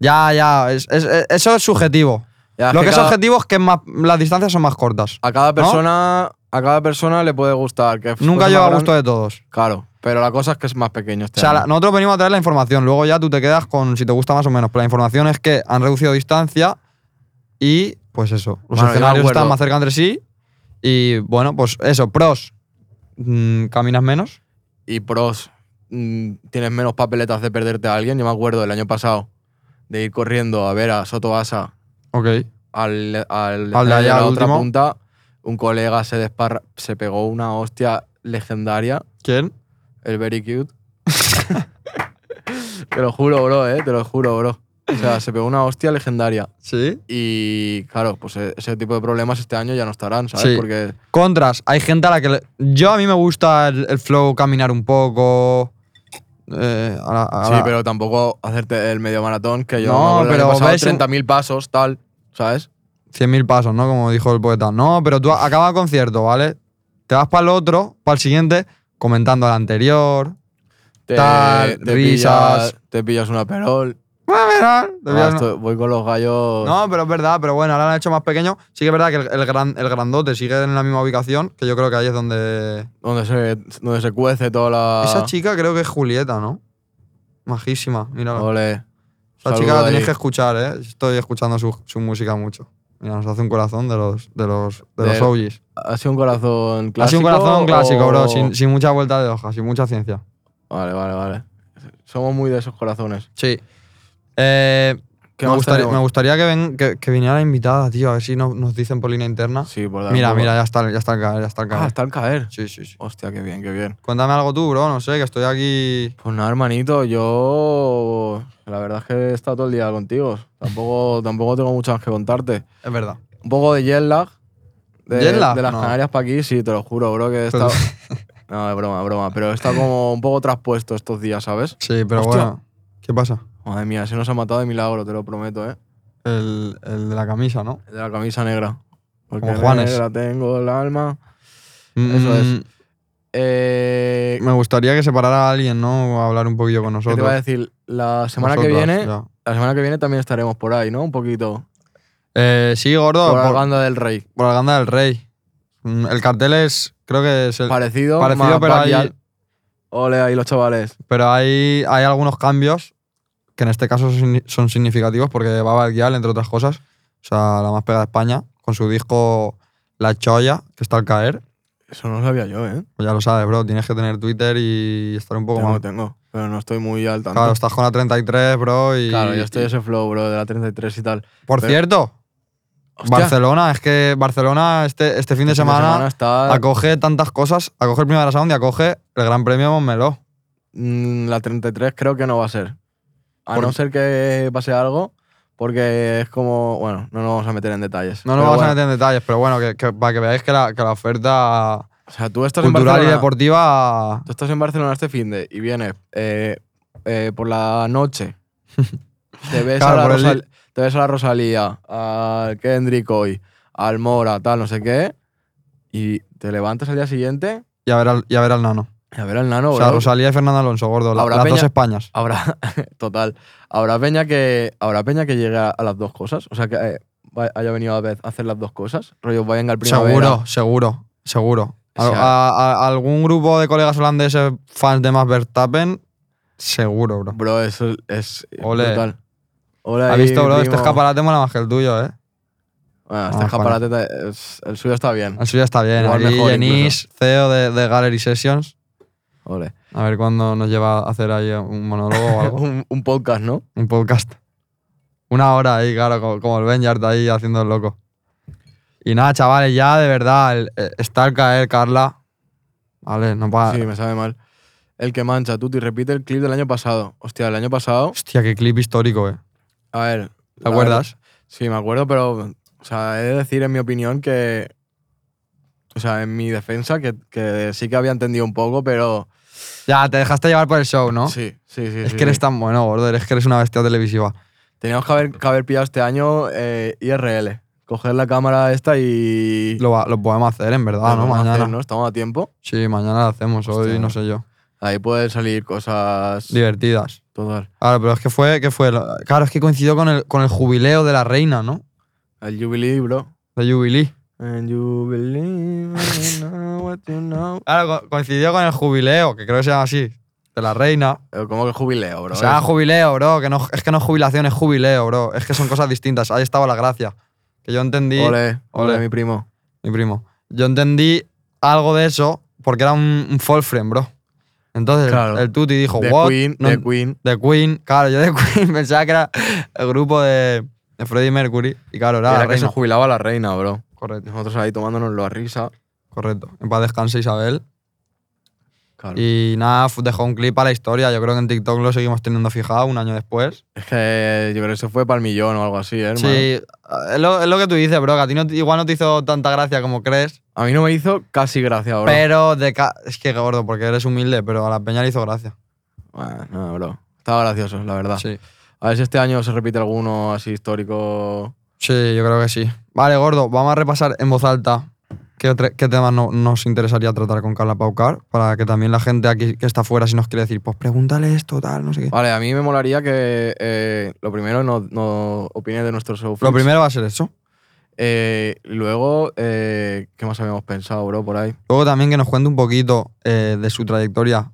Speaker 4: Ya, ya. es- es- es- eso es subjetivo.
Speaker 5: Ya,
Speaker 4: Lo que es
Speaker 5: cada-
Speaker 4: objetivo es que más- las distancias son más cortas.
Speaker 5: A cada
Speaker 4: ¿no?
Speaker 5: persona, a cada persona le puede gustar. Que
Speaker 4: Nunca
Speaker 5: fuese
Speaker 4: lleva
Speaker 5: pues más
Speaker 4: a gusto
Speaker 5: grande.
Speaker 4: de todos.
Speaker 5: Claro, pero la cosa es que es más pequeño este
Speaker 4: O sea, la-
Speaker 5: año.
Speaker 4: nosotros venimos a traer la información. Luego ya tú te quedas con si te gusta más o menos. Pero la información es que han reducido distancia y, pues eso, los
Speaker 5: Bueno, yo me
Speaker 4: escenarios
Speaker 5: acuerdo.
Speaker 4: están más cerca entre sí Y bueno, pues eso, pros. Mm, caminas menos.
Speaker 5: y pros mm, tienes menos papeletas de perderte a alguien. Yo me acuerdo el año pasado de ir corriendo a ver a Soto Asa
Speaker 4: Ok.
Speaker 5: al, al,
Speaker 4: Al de
Speaker 5: al
Speaker 4: allá,
Speaker 5: la
Speaker 4: al
Speaker 5: otra
Speaker 4: último.
Speaker 5: punta. Un colega se desparra, se pegó una hostia legendaria,
Speaker 4: ¿Quién?
Speaker 5: el
Speaker 4: (laughs)
Speaker 5: Very Cute. te lo juro, bro, eh, te lo juro, bro. O sea, se pegó una hostia legendaria.
Speaker 4: Sí.
Speaker 5: Y claro, pues e- ese tipo de problemas este año ya no estarán, ¿sabes?
Speaker 4: Sí.
Speaker 5: Porque
Speaker 4: Contras. Hay gente a la que. le- Yo a mí me gusta el, el flow, caminar un poco. eh, a la- a
Speaker 5: Sí,
Speaker 4: la-
Speaker 5: pero tampoco hacerte el medio maratón, que yo
Speaker 4: No,
Speaker 5: no, me
Speaker 4: pero
Speaker 5: acuerdo pero
Speaker 4: ves un-
Speaker 5: 30.000 pasos, tal, ¿sabes?
Speaker 4: 100.000 pasos, ¿no? Como dijo el poeta. No, pero tú acabas el concierto, ¿vale? Te vas para el otro, para el siguiente, comentando al anterior.
Speaker 5: Te,
Speaker 4: Tal, risas.
Speaker 5: Pillas, te pillas una perol.
Speaker 4: Bueno, verás, te
Speaker 5: Ah,
Speaker 4: pillas una-
Speaker 5: esto- voy con los gallos.
Speaker 4: No, pero es verdad, pero bueno, ahora lo han hecho más pequeño. Sí que es verdad que el, el gran, el grandote sigue en la misma ubicación, que yo creo que ahí es donde...
Speaker 5: Donde se, donde se cuece toda la.
Speaker 4: Esa chica creo que es Julieta, ¿no? Majísima, mira.
Speaker 5: Ole.
Speaker 4: Esa
Speaker 5: Oh, Saludo
Speaker 4: chica la
Speaker 5: ahí.
Speaker 4: tenéis que escuchar, ¿eh? Estoy escuchando su, su música mucho. Mira, nos hace un corazón de los, de los, de
Speaker 5: De-
Speaker 4: los OGs.
Speaker 5: ¿Ha sido un corazón clásico? Oh.
Speaker 4: Ha sido un corazón clásico,
Speaker 5: o-
Speaker 4: bro, sin, sin mucha vuelta de hoja, sin mucha ciencia.
Speaker 5: Vale, vale, vale. Somos muy de esos corazones.
Speaker 4: Sí. Eh,
Speaker 5: ¿Qué
Speaker 4: me,
Speaker 5: más
Speaker 4: gustaría,
Speaker 5: tenemos?
Speaker 4: me gustaría que, ven- que, que viniera la invitada, tío, a ver si no- nos dicen por línea interna.
Speaker 5: Sí, por dar un
Speaker 4: mira,
Speaker 5: poco-
Speaker 4: mira, ya está, ya está el caer, ya está el caer.
Speaker 5: Ah, está al caer.
Speaker 4: Sí, sí, sí.
Speaker 5: Hostia, qué bien, qué bien.
Speaker 4: Cuéntame algo tú, bro, no sé, que estoy aquí.
Speaker 5: Pues nada, hermanito, yo la verdad es que he estado todo el día contigo.
Speaker 4: (laughs)
Speaker 5: Tampoco, tampoco tengo mucho más que contarte.
Speaker 4: Es verdad.
Speaker 5: Un poco de jet lag. De,
Speaker 4: ¿Jet lag?
Speaker 5: de las
Speaker 4: No.
Speaker 5: Canarias para aquí, sí, te lo juro, bro, que he
Speaker 4: Pero-
Speaker 5: estado...
Speaker 4: (laughs)
Speaker 5: No, es broma, es broma. Pero he estado como un poco traspuesto estos días, ¿sabes?
Speaker 4: Sí, pero
Speaker 5: Hostia.
Speaker 4: bueno. ¿Qué pasa?
Speaker 5: Madre mía, se nos ha matado de milagro, te lo prometo, ¿eh?
Speaker 4: El, el de la camisa, ¿no?
Speaker 5: De la camisa negra. Porque
Speaker 4: Como Juanes.
Speaker 5: negra tengo el alma. Eso es.
Speaker 4: Mm,
Speaker 5: Eh,
Speaker 4: Me gustaría que separara a alguien, ¿no? A hablar un poquillo con
Speaker 5: ¿Qué
Speaker 4: nosotros.
Speaker 5: te iba a decir? La semana que
Speaker 4: Nosotras,
Speaker 5: viene,
Speaker 4: ya.
Speaker 5: la semana que viene también estaremos por ahí, ¿no? Un poquito.
Speaker 4: Eh, sí, gordo,
Speaker 5: Por la
Speaker 4: por, por
Speaker 5: banda del rey.
Speaker 4: la ganda del rey. Mm, El cartel es. Creo que es el.
Speaker 5: Parecido,
Speaker 4: parecido,
Speaker 5: más
Speaker 4: pero hay-
Speaker 5: barrial. Ole, ahí los chavales.
Speaker 4: Pero hay, hay algunos cambios que en este caso son, son significativos porque va Valguial, entre otras cosas, o sea, la más pegada de España, con su disco La Choya, que está al caer.
Speaker 5: Eso no lo sabía yo, ¿eh?
Speaker 4: Pues ya lo sabes, bro, tienes que tener Twitter y estar un poco
Speaker 5: Tengo,
Speaker 4: más.
Speaker 5: tengo. Pero no estoy muy al tanto.
Speaker 4: Claro, estás con la 33, bro. Y,
Speaker 5: Claro, yo
Speaker 4: y-
Speaker 5: estoy ese flow, bro, de la 33 y tal.
Speaker 4: Por
Speaker 5: pero-
Speaker 4: cierto,
Speaker 5: Hostia,
Speaker 4: Barcelona, es que Barcelona este, este fin de
Speaker 5: este
Speaker 4: semana,
Speaker 5: está
Speaker 4: acoge tantas cosas, acoge el Primavera Sound y acoge el Gran Premio Montmeló.
Speaker 5: mm, la 33 creo que no va a ser. A
Speaker 4: Por-
Speaker 5: no ser que pase algo, porque es como, bueno, no nos vamos a meter en detalles.
Speaker 4: No nos
Speaker 5: Pero
Speaker 4: vamos a
Speaker 5: bueno,
Speaker 4: meter en detalles, pero bueno, que, que- para que veáis que la, que la oferta
Speaker 5: O sea, tú estás en
Speaker 4: cultural y
Speaker 5: Barcelona,
Speaker 4: deportiva
Speaker 5: tú estás en Barcelona este fin de y vienes eh, eh, por la noche.
Speaker 4: (laughs)
Speaker 5: te, ves
Speaker 4: Claro,
Speaker 5: a la
Speaker 4: por el
Speaker 5: Rosal-
Speaker 4: li-
Speaker 5: te ves a la Rosalía, al Kendrick hoy, al Mora, tal, no sé qué, y te levantas al día siguiente
Speaker 4: y a ver al, y a ver al nano.
Speaker 5: y a ver al nano,
Speaker 4: o sea,
Speaker 5: bro.
Speaker 4: Rosalía y Fernando Alonso, gordo, la-
Speaker 5: Habrá
Speaker 4: las dos
Speaker 5: peña-
Speaker 4: Españas.
Speaker 5: Habrá, (laughs) total, habrá peña que habrá peña que llegue a, a las dos cosas. O sea, que eh, va- haya venido a vez a hacer las dos cosas. Rollo, vayan al primavera.
Speaker 4: Seguro, seguro, seguro.
Speaker 5: O sea-
Speaker 4: A- a- a algún grupo de colegas holandeses fans de Max Verstappen, seguro, bro.
Speaker 5: Bro, eso es
Speaker 4: Ole.
Speaker 5: brutal. Ole
Speaker 4: ¿Has
Speaker 5: ahí,
Speaker 4: visto, bro? Este
Speaker 5: primo.
Speaker 4: escaparate mola más que el tuyo, ¿eh?
Speaker 5: Bueno, este
Speaker 4: Ah,
Speaker 5: escaparate ta- es- el suyo está bien.
Speaker 4: El suyo está bien.
Speaker 5: Igual
Speaker 4: Aquí
Speaker 5: mejor,
Speaker 4: Genís, CEO de, de Gallery Sessions.
Speaker 5: Ole.
Speaker 4: A ver cuándo nos lleva a hacer ahí un monólogo o
Speaker 5: (laughs)
Speaker 4: algo.
Speaker 5: Un, un podcast, ¿no?
Speaker 4: un podcast. Una hora ahí, claro, como, como el Benjart ahí haciendo el loco. Y nada, chavales, ya de verdad, el- eh, está al caer, Carla. Vale, no para.
Speaker 5: Sí, me sabe mal. El que mancha, Tuti, repite el clip del año pasado. Hostia, el año pasado.
Speaker 4: Hostia, qué clip histórico, eh.
Speaker 5: A ver.
Speaker 4: ¿Te
Speaker 5: la
Speaker 4: acuerdas?
Speaker 5: verdad- Sí, me acuerdo, pero. O sea, he de decir, en mi opinión, que. O sea, en mi defensa, que, que sí que había entendido un poco, pero.
Speaker 4: Ya, te dejaste llevar por el show, ¿no?
Speaker 5: Sí, sí, sí.
Speaker 4: Es
Speaker 5: sí,
Speaker 4: que eres
Speaker 5: sí.
Speaker 4: tan bueno, gordo, eres que eres una bestia televisiva.
Speaker 5: Teníamos que haber, que haber pillado este año eh, IRL. Coger la cámara esta y.
Speaker 4: Lo, va- lo podemos hacer, en verdad,
Speaker 5: lo
Speaker 4: ¿no?
Speaker 5: vamos a
Speaker 4: Mañana.
Speaker 5: hacer, ¿no? Estamos a tiempo.
Speaker 4: Sí, mañana lo hacemos, hoy
Speaker 5: Hostia.
Speaker 4: no sé yo.
Speaker 5: Ahí pueden salir cosas.
Speaker 4: Divertidas.
Speaker 5: Total.
Speaker 4: Claro, pero es que fue, que fue. Claro, es que coincidió con el, con el jubileo de la reina, ¿no?
Speaker 5: El Jubilee, bro.
Speaker 4: De Jubilee.
Speaker 5: And you believe I know what you know.
Speaker 4: Claro, co- coincidió con el jubileo, que creo que se llama así, de la reina.
Speaker 5: Eh, ¿Cómo que jubileo, bro?
Speaker 4: o sea, jubileo, bro, que no, es que no es jubilación, es jubileo, bro. Es que son cosas distintas, ahí estaba la gracia. Que yo entendí,
Speaker 5: Ole, ole,
Speaker 4: Ole.
Speaker 5: mi primo.
Speaker 4: mi primo, yo entendí algo de eso porque era un, un full frame, bro. Entonces
Speaker 5: Claro.
Speaker 4: el Tuti dijo,
Speaker 5: The
Speaker 4: what?
Speaker 5: Queen,
Speaker 4: No
Speaker 5: The
Speaker 4: en-
Speaker 5: Queen.
Speaker 4: The Queen, claro, yo de (laughs) Queen pensaba que era el grupo de, de Freddie Mercury. Y claro, era, la
Speaker 5: Era que se
Speaker 4: reina.
Speaker 5: jubilaba la reina, bro.
Speaker 4: Correcto,
Speaker 5: Nosotros ahí tomándonoslo a risa.
Speaker 4: correcto. En paz descanse Isabel.
Speaker 5: Claro.
Speaker 4: Y nada, fu- dejó un clip a la historia. Yo creo que en TikTok lo seguimos teniendo fijado un año después.
Speaker 5: Es que yo creo que eso fue para el millón o algo así, ¿eh, hermano.
Speaker 4: Sí, es lo, es lo que tú dices, bro. Que a ti no, te- igual no te hizo tanta gracia como crees.
Speaker 5: A mí no me hizo casi gracia, bro.
Speaker 4: Pero de ca- es que gordo, porque eres humilde, pero a la peña le hizo gracia.
Speaker 5: Bueno, no, bro. Estaba gracioso, la verdad.
Speaker 4: Sí.
Speaker 5: A ver si este año se repite alguno así histórico.
Speaker 4: sí, yo creo que sí. Vale, gordo, vamos a repasar en voz alta qué, otra- qué temas no- nos interesaría tratar con Carla Paucar para que también la gente aquí que está fuera, si nos quiere decir, pues pregúntale esto, tal, no sé qué.
Speaker 5: Vale, a mí me molaría que eh, lo primero no, no opines de nuestro show.
Speaker 4: Lo primero va a ser eso.
Speaker 5: luego, eh, ¿qué más habíamos pensado, bro, por ahí?
Speaker 4: Luego también que nos cuente un poquito eh, de su trayectoria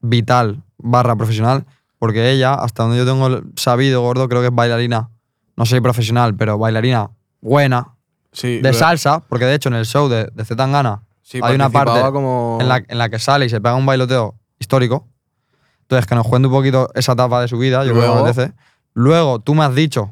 Speaker 4: vital barra profesional, porque ella, hasta donde yo tengo el- sabido, gordo, creo que es bailarina, no soy profesional, pero bailarina buena,
Speaker 5: Sí.
Speaker 4: de salsa, porque de hecho en el show de, de Z Tangana hay una parte
Speaker 5: como...
Speaker 4: en, la, en la que sale y se pega un bailoteo histórico. Entonces, que nos cuente un poquito esa etapa de su vida, yo creo que
Speaker 5: Luego-
Speaker 4: me apetece. Luego, tú me has dicho,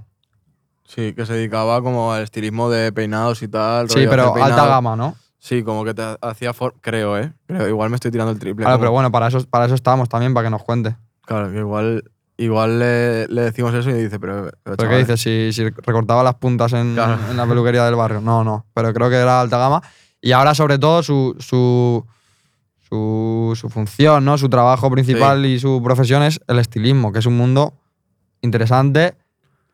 Speaker 5: Sí, que se dedicaba como al estilismo de peinados y tal.
Speaker 4: sí,
Speaker 5: rollo
Speaker 4: pero
Speaker 5: hacer
Speaker 4: alta
Speaker 5: peinado.
Speaker 4: gama, ¿no?
Speaker 5: Sí, como que te hacía... for- Creo, ¿eh? Creo, igual me estoy tirando el triple.
Speaker 4: Ahora,
Speaker 5: como-
Speaker 4: pero bueno, para eso, para eso estábamos también, para que nos cuente.
Speaker 5: Claro, que igual, igual le, le decimos eso y dice, pero... pero
Speaker 4: ¿Pero qué
Speaker 5: chaval,
Speaker 4: dices? Si, si recortaba las puntas en,
Speaker 5: Claro.
Speaker 4: en la peluquería del barrio. No, no. Pero creo que era alta gama. Y ahora, sobre todo, su, su, su, su función, ¿no? Su trabajo principal y su profesión es el estilismo, que es un mundo interesante.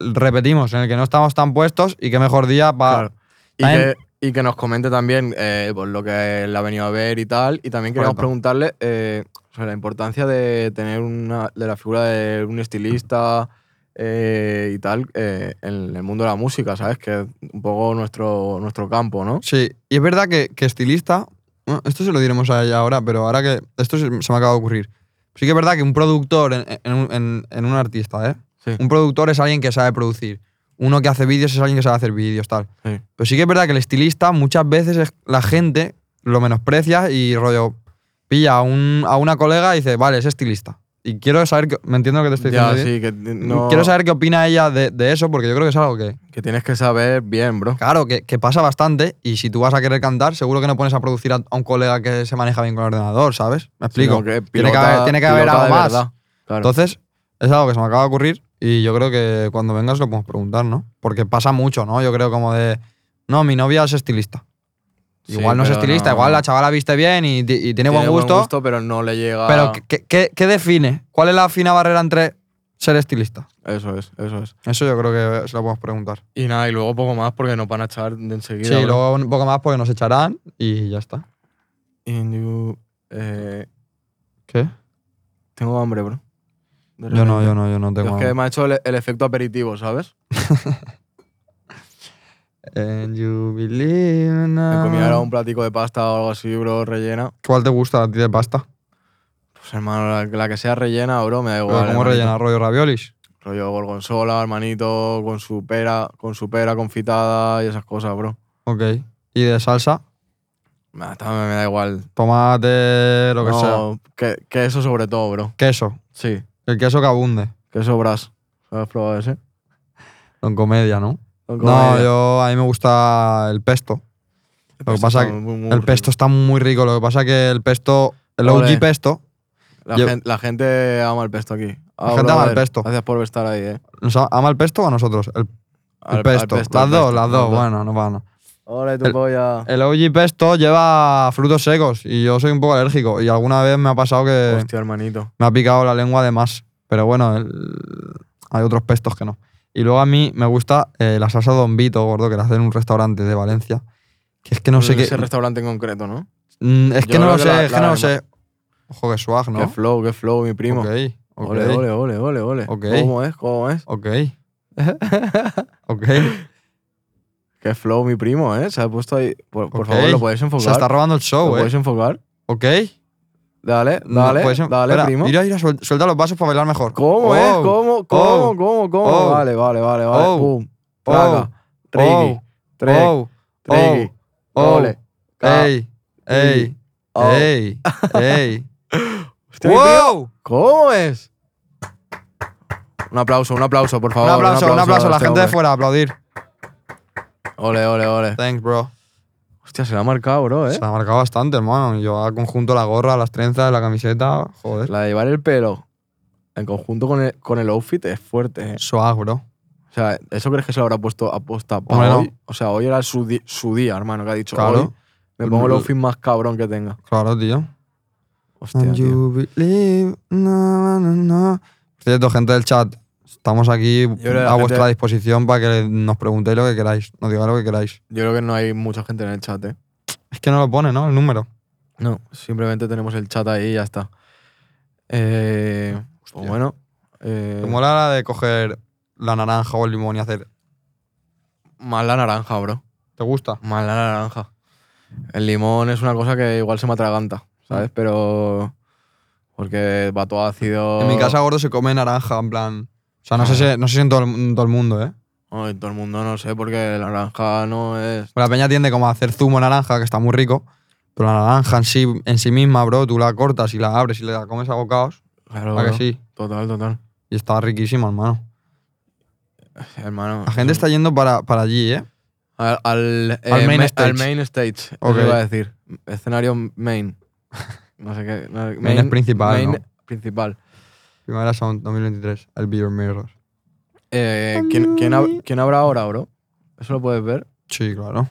Speaker 4: Repetimos, en el que no estamos tan puestos y qué mejor día para.
Speaker 5: Claro. Y
Speaker 4: También-
Speaker 5: que, y que nos comente también eh, pues, lo que él ha venido a ver y tal. Y también queríamos
Speaker 4: Correcto.
Speaker 5: preguntarle eh, sobre la importancia de tener una, de la figura de un estilista eh, y tal eh, en el mundo de la música, ¿sabes? Que es un poco nuestro, nuestro campo, ¿no?
Speaker 4: Sí, y es verdad que, que estilista, bueno, esto se lo diremos a ella ahora, pero ahora que esto se, se me acaba de ocurrir. Sí que es verdad que un productor en, en un- en- en un artista, ¿eh?
Speaker 5: Sí.
Speaker 4: Un productor es alguien que sabe producir. Uno que hace vídeos es alguien que sabe hacer vídeos, tal.
Speaker 5: Sí.
Speaker 4: Pero sí que es verdad que el estilista muchas veces es- la gente lo menosprecia y rollo pilla a, un- a una colega y dice, vale, es estilista. Y quiero saber, que- ¿me entiendo lo que te estoy
Speaker 5: Ya,
Speaker 4: diciendo? Eddie?
Speaker 5: sí, que, no-
Speaker 4: Quiero saber qué opina ella de, de eso porque yo creo que es algo que,
Speaker 5: que tienes que saber bien, bro.
Speaker 4: Claro, que, que pasa bastante y si tú vas a querer cantar, seguro que no pones a producir a, a un colega que se maneja bien con el ordenador, ¿sabes? Me explico.
Speaker 5: Sino
Speaker 4: tiene
Speaker 5: que
Speaker 4: que
Speaker 5: pilota-
Speaker 4: haber, tiene que haber
Speaker 5: pilota
Speaker 4: algo
Speaker 5: de
Speaker 4: más.
Speaker 5: verdad. Claro.
Speaker 4: Entonces, es algo que se me acaba de ocurrir y yo creo que cuando vengas lo podemos preguntar, ¿no? Porque pasa mucho, ¿no? Yo creo como de, no, mi novia es estilista.
Speaker 5: Sí,
Speaker 4: Igual no es
Speaker 5: pero
Speaker 4: estilista,
Speaker 5: no-
Speaker 4: igual la chavala viste bien y, ti- y tiene, buen
Speaker 5: Tiene
Speaker 4: gusto,
Speaker 5: pero no le llega.
Speaker 4: pero ¿qué- qué, qué- qué define? ¿Cuál es la fina barrera entre ser estilista?
Speaker 5: Eso es, eso es.
Speaker 4: Eso yo creo que se lo podemos preguntar.
Speaker 5: Y nada, y luego poco más porque nos van a echar de enseguida.
Speaker 4: Sí,
Speaker 5: bro.
Speaker 4: luego un poco más porque nos echarán y ya está.
Speaker 5: In you, eh,
Speaker 4: ¿Qué?
Speaker 5: tengo hambre, bro. De
Speaker 4: Yo no,
Speaker 5: repente.
Speaker 4: yo no, yo no tengo.
Speaker 5: Es que
Speaker 4: hambre.
Speaker 5: me ha hecho el, el efecto aperitivo, ¿sabes?
Speaker 4: And you believe
Speaker 5: Me
Speaker 4: now.
Speaker 5: comía ahora un platico de pasta o algo así, bro, rellena.
Speaker 4: ¿Cuál te gusta a ti de pasta?
Speaker 5: Pues hermano, la, la que sea rellena, bro, me da
Speaker 4: Pero
Speaker 5: igual.
Speaker 4: ¿Cómo
Speaker 5: hermanito.
Speaker 4: rellenar rollo raviolis?
Speaker 5: Rollo gorgonzola, hermanito, con su pera, con su pera confitada y esas cosas, bro.
Speaker 4: Ok. ¿Y de salsa?
Speaker 5: Me, hasta me- me da igual.
Speaker 4: Tomate, lo que sea.
Speaker 5: No, que, que eso sobre todo, bro.
Speaker 4: Queso.
Speaker 5: Sí,
Speaker 4: El queso que abunde.
Speaker 5: que eso bras. ¿Has probado ese?
Speaker 4: Con comedia, ¿no?
Speaker 5: Con
Speaker 4: No,
Speaker 5: comida.
Speaker 4: yo a mí me gusta el pesto. Lo que
Speaker 5: Esto
Speaker 4: pasa
Speaker 5: Este está
Speaker 4: que
Speaker 5: muy, muy
Speaker 4: el
Speaker 5: rico.
Speaker 4: pesto está muy rico. Lo que pasa que el pesto, el
Speaker 5: Ole.
Speaker 4: OG pesto,
Speaker 5: La,
Speaker 4: Yo-
Speaker 5: gen- la gente ama el pesto aquí. Ah,
Speaker 4: gente ama el
Speaker 5: brother,
Speaker 4: pesto.
Speaker 5: Gracias por estar ahí, eh.
Speaker 4: ¿nos a- ama el pesto o a nosotros? El, el
Speaker 5: Al- al
Speaker 4: pesto.
Speaker 5: pesto,
Speaker 4: Las
Speaker 5: al
Speaker 4: dos,
Speaker 5: pesto,
Speaker 4: las dos. Bueno, no van.
Speaker 5: Ole, tu
Speaker 4: El-
Speaker 5: polla.
Speaker 4: El OG pesto lleva frutos secos y yo soy un poco alérgico. Y alguna vez me ha pasado que.
Speaker 5: Hostia, hermanito.
Speaker 4: me ha picado la lengua de más. Pero bueno, el- hay otros pestos que no. Y luego a mí me gusta eh, la salsa Don Vito, gordo, que la hacen en un restaurante de Valencia. Que es que no sé qué.
Speaker 5: Ese restaurante Pues en concreto, ¿no?
Speaker 4: Mm, es
Speaker 5: yo
Speaker 4: que no
Speaker 5: creo
Speaker 4: lo
Speaker 5: que
Speaker 4: sé,
Speaker 5: la-
Speaker 4: es que
Speaker 5: la
Speaker 4: no lo
Speaker 5: haremos.
Speaker 4: sé. Ojo, que swag, ¿no?
Speaker 5: Qué flow, qué flow, mi primo.
Speaker 4: Ok, ok.
Speaker 5: Ole, ole, ole, ole, ole.
Speaker 4: Ok.
Speaker 5: ¿Cómo es? ¿Cómo es? (laughs)
Speaker 4: Ok. ok.
Speaker 5: Qué flow, mi primo, ¿eh? Se ha puesto ahí. Por, por
Speaker 4: Ok.
Speaker 5: favor, ¿lo podéis
Speaker 4: Se está
Speaker 5: enfocar?
Speaker 4: robando el
Speaker 5: Pues ¿Lo
Speaker 4: show,
Speaker 5: podéis
Speaker 4: eh.
Speaker 5: enfocar?
Speaker 4: Ok.
Speaker 5: Dale,
Speaker 4: No,
Speaker 5: dale,
Speaker 4: puedes en-
Speaker 5: dale,
Speaker 4: Espera,
Speaker 5: primo.
Speaker 4: Mira, mira, suel- suelta los vasos para bailar mejor.
Speaker 5: ¿Cómo
Speaker 4: Oh,
Speaker 5: es? ¿Cómo? ¿Cómo?
Speaker 4: oh,
Speaker 5: ¿Cómo? ¿Cómo?
Speaker 4: oh,
Speaker 5: vale, vale, vale, vale.
Speaker 4: oh,
Speaker 5: Pum.
Speaker 4: oh,
Speaker 5: Placa. Trigui.
Speaker 4: oh,
Speaker 5: Trigui.
Speaker 4: oh, oh,
Speaker 5: Trigui.
Speaker 4: oh,
Speaker 5: Ole. Ah.
Speaker 4: Ey, ey,
Speaker 5: Oh.
Speaker 4: ey, ey.
Speaker 5: Hostia, qué feo.
Speaker 4: ¡Wow!
Speaker 5: ¿Cómo es? Un aplauso, un aplauso, por
Speaker 4: Un
Speaker 5: favor.
Speaker 4: aplauso, un aplauso.
Speaker 5: a
Speaker 4: La
Speaker 5: este
Speaker 4: gente de
Speaker 5: hombre.
Speaker 4: fuera, aplaudir.
Speaker 5: Ole, ole, ole.
Speaker 4: Thanks, bro.
Speaker 5: Hostia, se la ha marcado, bro, ¿eh?
Speaker 4: Se ha marcado bastante, hermano. Yo al conjunto la gorra, las trenzas, la camiseta. Joder.
Speaker 5: La de llevar el pelo en conjunto con el, con el outfit es fuerte, ¿eh?
Speaker 4: Swag, bro.
Speaker 5: O sea, ¿eso crees que se lo habrá puesto aposta para
Speaker 4: Hombre, no.
Speaker 5: hoy? O sea, hoy era su, di- su día, hermano, que ha dicho.
Speaker 4: Claro. Mm.
Speaker 5: Hoy me pongo el outfit más cabrón que tenga.
Speaker 4: Claro, tío.
Speaker 5: Hostia,
Speaker 4: And
Speaker 5: tío.
Speaker 4: you believe, no, no, no. Por cierto, gente del chat, estamos aquí
Speaker 5: creo que la
Speaker 4: a vuestra
Speaker 5: gente-
Speaker 4: disposición para que nos preguntéis lo que queráis, nos digáis lo que queráis.
Speaker 5: Yo creo que no hay mucha gente en el chat, ¿eh?
Speaker 4: Es que no lo pone, ¿no? El número.
Speaker 5: No, simplemente tenemos el chat ahí y ya está. Eh, pues bueno. eh,
Speaker 4: Te mola la de coger la naranja o el limón y hacer.
Speaker 5: más la naranja, bro.
Speaker 4: ¿Te gusta?
Speaker 5: Más la naranja. El limón es una cosa que igual se me atraganta,
Speaker 4: Mm.
Speaker 5: ¿sabes? Pero. Porque va todo ácido.
Speaker 4: En mi casa gordo se come naranja, en plan. O sea, no
Speaker 5: Ah.
Speaker 4: sé si, no sé si en, todo el, en todo el mundo, ¿eh?
Speaker 5: Ay, todo el mundo no sé, porque la naranja no es.
Speaker 4: La peña tiende como a hacer zumo de naranja, que está muy rico. Pero la naranja en sí, en sí misma, bro, tú la cortas y la abres y la comes a bocados.
Speaker 5: Claro,
Speaker 4: ¿A que
Speaker 5: bro.
Speaker 4: sí?
Speaker 5: Total, total.
Speaker 4: Y está riquísimo, hermano.
Speaker 5: Hermano.
Speaker 4: La gente
Speaker 5: eso-
Speaker 4: está yendo para, para allí, ¿eh?
Speaker 5: Al, al,
Speaker 4: Al main
Speaker 5: main
Speaker 4: stage.
Speaker 5: stage. Al main stage.
Speaker 4: Ok.
Speaker 5: Eso iba a decir. Escenario main. No sé qué. no,
Speaker 4: es principal,
Speaker 5: Main
Speaker 4: ¿no?
Speaker 5: principal.
Speaker 4: Primavera Sound 2023, el Beer Mirror.
Speaker 5: Eh, ¿quién, quién, hab- quién habrá ahora, bro? Eso lo puedes ver.
Speaker 4: Sí, claro.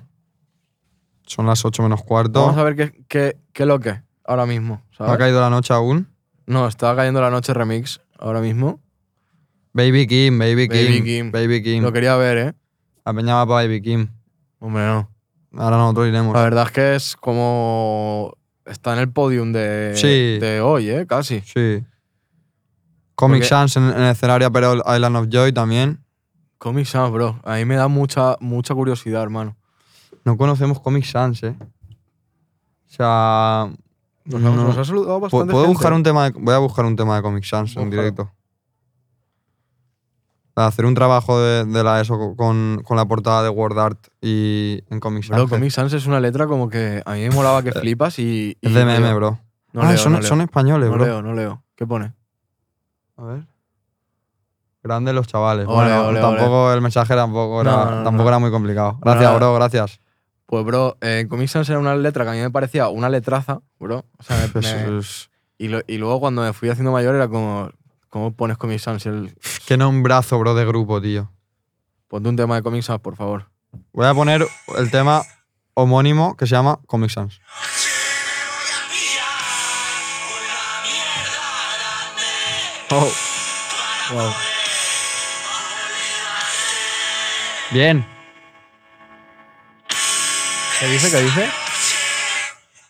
Speaker 4: Son las 8 menos
Speaker 5: Vamos a
Speaker 4: cuarto.
Speaker 5: ver qué, qué, qué lo que ahora mismo.
Speaker 4: No
Speaker 5: ¿sabes?
Speaker 4: ha caído la noche aún.
Speaker 5: No, estaba cayendo la noche remix ahora mismo.
Speaker 4: Baby Kim, Baby Kim.
Speaker 5: Baby
Speaker 4: Baby Kim.
Speaker 5: Kim. Lo
Speaker 4: Mm.
Speaker 5: quería ver, ¿eh?
Speaker 4: La peña va para Baby Kim.
Speaker 5: Hombre, no.
Speaker 4: Ahora nosotros iremos.
Speaker 5: La verdad es que es como. Está en el podium de,
Speaker 4: Sí.
Speaker 5: de hoy, ¿eh? Casi.
Speaker 4: Sí. Comic
Speaker 5: Porque-
Speaker 4: Sans en, en el escenario, pero Island of Joy también.
Speaker 5: Comic Sans, ah, bro. A mí me da mucha, mucha curiosidad, hermano.
Speaker 4: No conocemos Comic Sans, ¿eh? O sea...
Speaker 5: Nos,
Speaker 4: no-
Speaker 5: ha- nos ha
Speaker 4: ¿Puedo
Speaker 5: saludado bastante.
Speaker 4: puedo
Speaker 5: gente,
Speaker 4: buscar
Speaker 5: ¿eh?
Speaker 4: un tema de- voy a buscar un tema de Comic Sans en
Speaker 5: Búscalo.
Speaker 4: directo. Para hacer un trabajo de, de la ESO con, con la portada de Word Art y en Comic Sans.
Speaker 5: Bro, Comic Sans es una letra como que a mí me
Speaker 4: (laughs)
Speaker 5: molaba que flipas y. y
Speaker 4: Eh, Es de
Speaker 5: no
Speaker 4: meme,
Speaker 5: leo.
Speaker 4: bro.
Speaker 5: No
Speaker 4: ah,
Speaker 5: leo,
Speaker 4: son,
Speaker 5: no leo.
Speaker 4: son españoles,
Speaker 5: No
Speaker 4: bro.
Speaker 5: leo, no leo. ¿Qué pone?
Speaker 4: A ver. Grandes los chavales.
Speaker 5: Ole,
Speaker 4: Bueno,
Speaker 5: ole,
Speaker 4: tampoco el mensaje tampoco era,
Speaker 5: No, no, no,
Speaker 4: tampoco
Speaker 5: no.
Speaker 4: era muy complicado. Gracias,
Speaker 5: nada.
Speaker 4: bro, gracias.
Speaker 5: Pues, bro, eh, Comic Sans era una letra que a mí me parecía una letraza, bro.
Speaker 4: (laughs)
Speaker 5: O sea,
Speaker 4: Eso
Speaker 5: me- me-
Speaker 4: es-
Speaker 5: Y, lo- y luego cuando me fui haciendo mayor era como, ¿cómo pones Comic Sans? El,
Speaker 4: Qué nombrazo, bro, de grupo, tío.
Speaker 5: ponte un tema de Comic Sans, por favor.
Speaker 4: Voy a poner el tema homónimo que se llama Comic Sans. Oh. Bien.
Speaker 5: ¿Qué dice? ¿Qué dice?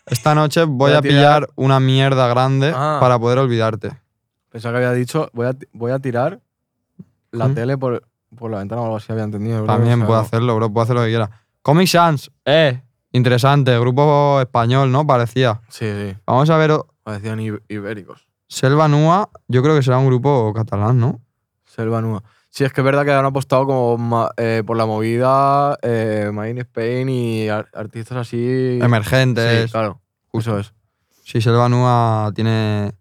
Speaker 4: Esta noche voy
Speaker 5: Voy a
Speaker 4: a pillar una mierda grande
Speaker 5: Ah.
Speaker 4: para poder olvidarte.
Speaker 5: Pensaba que había dicho, voy a, ti- voy a tirar la
Speaker 4: ¿Mm?
Speaker 5: tele por, por la ventana o algo así, había entendido. bro, o
Speaker 4: También
Speaker 5: sea,
Speaker 4: puedo
Speaker 5: no.
Speaker 4: hacerlo, bro. Puedo hacer lo que quiera. Comic Sans. Eh. Interesante. Grupo español, ¿no? Parecía.
Speaker 5: Sí, sí,
Speaker 4: Vamos a ver. o-
Speaker 5: parecían i- ibéricos.
Speaker 4: Selva Nua. Yo creo que será un grupo catalán, ¿no?
Speaker 5: Selva Nua. Sí, es que es verdad que han apostado como ma- eh, por la movida eh, Made in Spain y ar- artistas así...
Speaker 4: Emergentes.
Speaker 5: Sí, claro. Eso es.
Speaker 4: Sí, Selva Nua tiene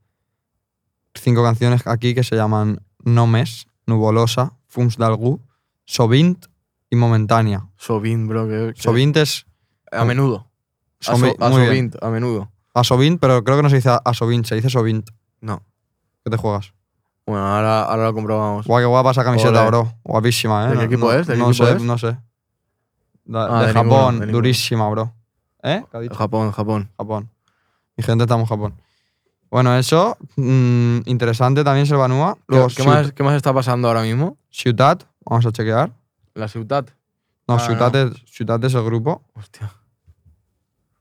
Speaker 4: cinco canciones aquí que se llaman Nomes, Nubolosa, Fums d'Algú, Sovint y Momentánea.
Speaker 5: Sovint, bro. Que, que-
Speaker 4: Sovint es
Speaker 5: A menudo. A,
Speaker 4: Sovi-
Speaker 5: so- a
Speaker 4: muy bien.
Speaker 5: Sovint, a menudo.
Speaker 4: a Sovint, pero creo que no se dice a- a Sovint, se dice Sovint.
Speaker 5: No.
Speaker 4: ¿Qué te juegas?
Speaker 5: Bueno, ahora, ahora lo comprobamos.
Speaker 4: Guau, qué guapa esa camiseta,
Speaker 5: Ole.
Speaker 4: bro. Guapísima, ¿eh?
Speaker 5: ¿De qué
Speaker 4: No-
Speaker 5: equipo
Speaker 4: no-
Speaker 5: es? ¿De qué
Speaker 4: no
Speaker 5: equipo
Speaker 4: sé,
Speaker 5: es?
Speaker 4: no sé. De,
Speaker 5: Ah,
Speaker 4: de
Speaker 5: de
Speaker 4: Japón,
Speaker 5: ninguno, de ninguno.
Speaker 4: durísima, bro. ¿Eh? ¿Qué ha dicho?
Speaker 5: Japón, Japón.
Speaker 4: Japón. Mi gente estamos en Japón. Bueno, eso. mm, interesante también Selva Nua.
Speaker 5: ¿Qué,
Speaker 4: Luego,
Speaker 5: qué más, ¿Qué más está pasando ahora mismo?
Speaker 4: Ciutat, vamos a chequear.
Speaker 5: La ciudad.
Speaker 4: No,
Speaker 5: Ah,
Speaker 4: Ciutat,
Speaker 5: no.
Speaker 4: Es, Ciutat es el grupo.
Speaker 5: Hostia.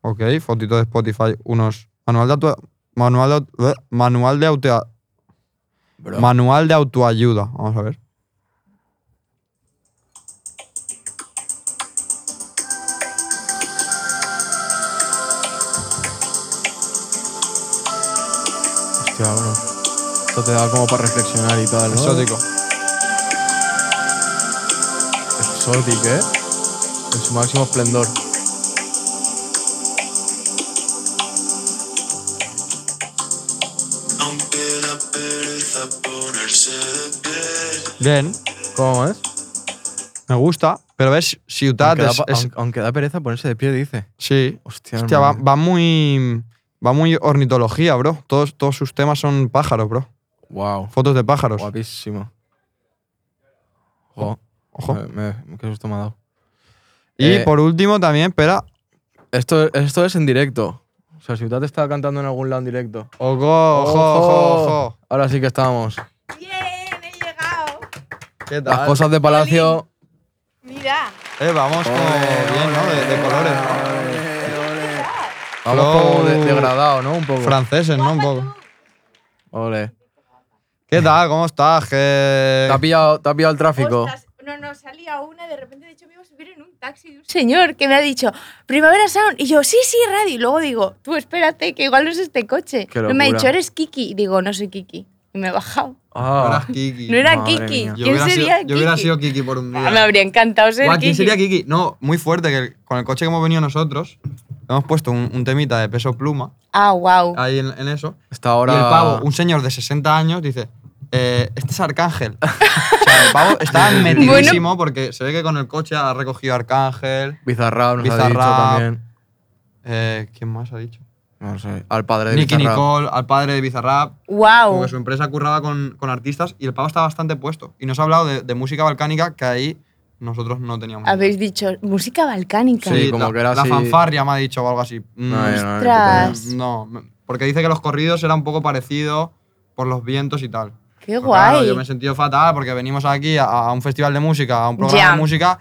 Speaker 4: Ok, fotito de Spotify, unos. Manual de auto, manual de, auto- bleh, manual de auto-
Speaker 5: Bro.
Speaker 4: manual de autoayuda. Vamos a ver.
Speaker 5: Hostia, bro. Esto te da como para reflexionar y tal, ¿no?
Speaker 4: Exótico.
Speaker 5: Exótico, ¿eh? En su máximo esplendor.
Speaker 4: Bien,
Speaker 5: ¿Cómo es?
Speaker 4: me gusta. Pero ves, Ciudad
Speaker 5: Aunque da,
Speaker 4: es.
Speaker 5: pa-
Speaker 4: es-
Speaker 5: aunque- aunque da pereza ponerse de pie, dice.
Speaker 4: sí.
Speaker 5: Hostia,
Speaker 4: Hostia, va,
Speaker 5: man.
Speaker 4: va muy. Va muy ornitología, bro. Todos, todos sus temas son pájaros, bro.
Speaker 5: Wow.
Speaker 4: Fotos de pájaros.
Speaker 5: Guapísimo. Jo,
Speaker 4: Ojo.
Speaker 5: me- me- qué susto me ha dado.
Speaker 4: Y
Speaker 5: eh.
Speaker 4: por último también, espera.
Speaker 5: Esto, esto es en directo. O sea, si usted te está cantando en algún lado en directo.
Speaker 4: Ojo, ojo, ojo, ojo.
Speaker 5: Ahora sí que estamos.
Speaker 6: Bien, he llegado.
Speaker 4: ¿Qué tal?
Speaker 5: Las cosas de palacio.
Speaker 6: Mira.
Speaker 4: Eh, vamos como bien, ¿no? De, de colores.
Speaker 5: Vamos
Speaker 4: Flow.
Speaker 5: como de- degradado, ¿no? Un poco.
Speaker 4: Franceses, ¿no? Un poco. Eh.
Speaker 5: Ole.
Speaker 4: ¿Qué tal? ¿Cómo estás? ¿Qué-
Speaker 5: ¿Te ha pillado, te ha pillado el tráfico?
Speaker 6: Ostras, no, no, salía una, de repente, de hecho, me iba a subir en un taxi de un señor que me ha dicho, Primavera Sound. Y yo, sí, sí, radio. Y luego digo, tú espérate, que igual no es este coche.
Speaker 5: Qué
Speaker 6: No me ha
Speaker 5: locura.
Speaker 6: dicho, eres Kiki. Y digo, no soy Kiki. Y me he bajado.
Speaker 5: Ah.
Speaker 4: Kiki.
Speaker 6: No era
Speaker 5: madre
Speaker 6: Kiki.
Speaker 4: Yo
Speaker 5: mía.
Speaker 6: ¿Quién
Speaker 4: hubiera sido-
Speaker 6: sería Kiki?
Speaker 4: Yo hubiera sido Kiki por un día.
Speaker 6: Ah, me habría encantado ser
Speaker 4: Guau,
Speaker 6: Kiki.
Speaker 4: ¿Quién sería Kiki? No, muy fuerte, que el- con el coche que hemos venido nosotros, hemos puesto un, un temita de peso pluma
Speaker 6: Ah, wow.
Speaker 4: ahí en, en eso.
Speaker 5: Está ahora.
Speaker 4: Y el pavo, un señor de 60 años, dice, eh, este es Arcángel. o sea, el
Speaker 5: (laughs)
Speaker 4: pavo está metidísimo porque se ve que con el coche ha recogido Arcángel.
Speaker 5: Bizarrap nos ha dicho
Speaker 4: Bizarrap.
Speaker 5: también.
Speaker 4: eh, ¿Quién más ha dicho?
Speaker 5: No sé. Al padre de
Speaker 4: Nicky
Speaker 5: Bizarrap.
Speaker 4: Nicole, al padre de Bizarrap.
Speaker 6: Wow.
Speaker 4: Porque su empresa curraba con, con artistas y el pavo está bastante puesto. Y nos ha hablado de, de música balcánica que ahí nosotros no teníamos.
Speaker 6: Habéis dicho, música balcánica.
Speaker 5: Sí, como
Speaker 4: la,
Speaker 5: que era
Speaker 4: la
Speaker 5: así.
Speaker 4: fanfarria me ha dicho o algo así. Mm,
Speaker 5: No, yo no, yo
Speaker 6: Ostras.
Speaker 5: no.
Speaker 4: No, me- porque dice que los corridos era un poco parecido por los vientos y tal.
Speaker 6: Qué
Speaker 4: Pero Pues claro,
Speaker 6: guay.
Speaker 4: yo me he sentido fatal porque venimos aquí a, a un festival de música, a un programa
Speaker 6: Ya.
Speaker 4: de música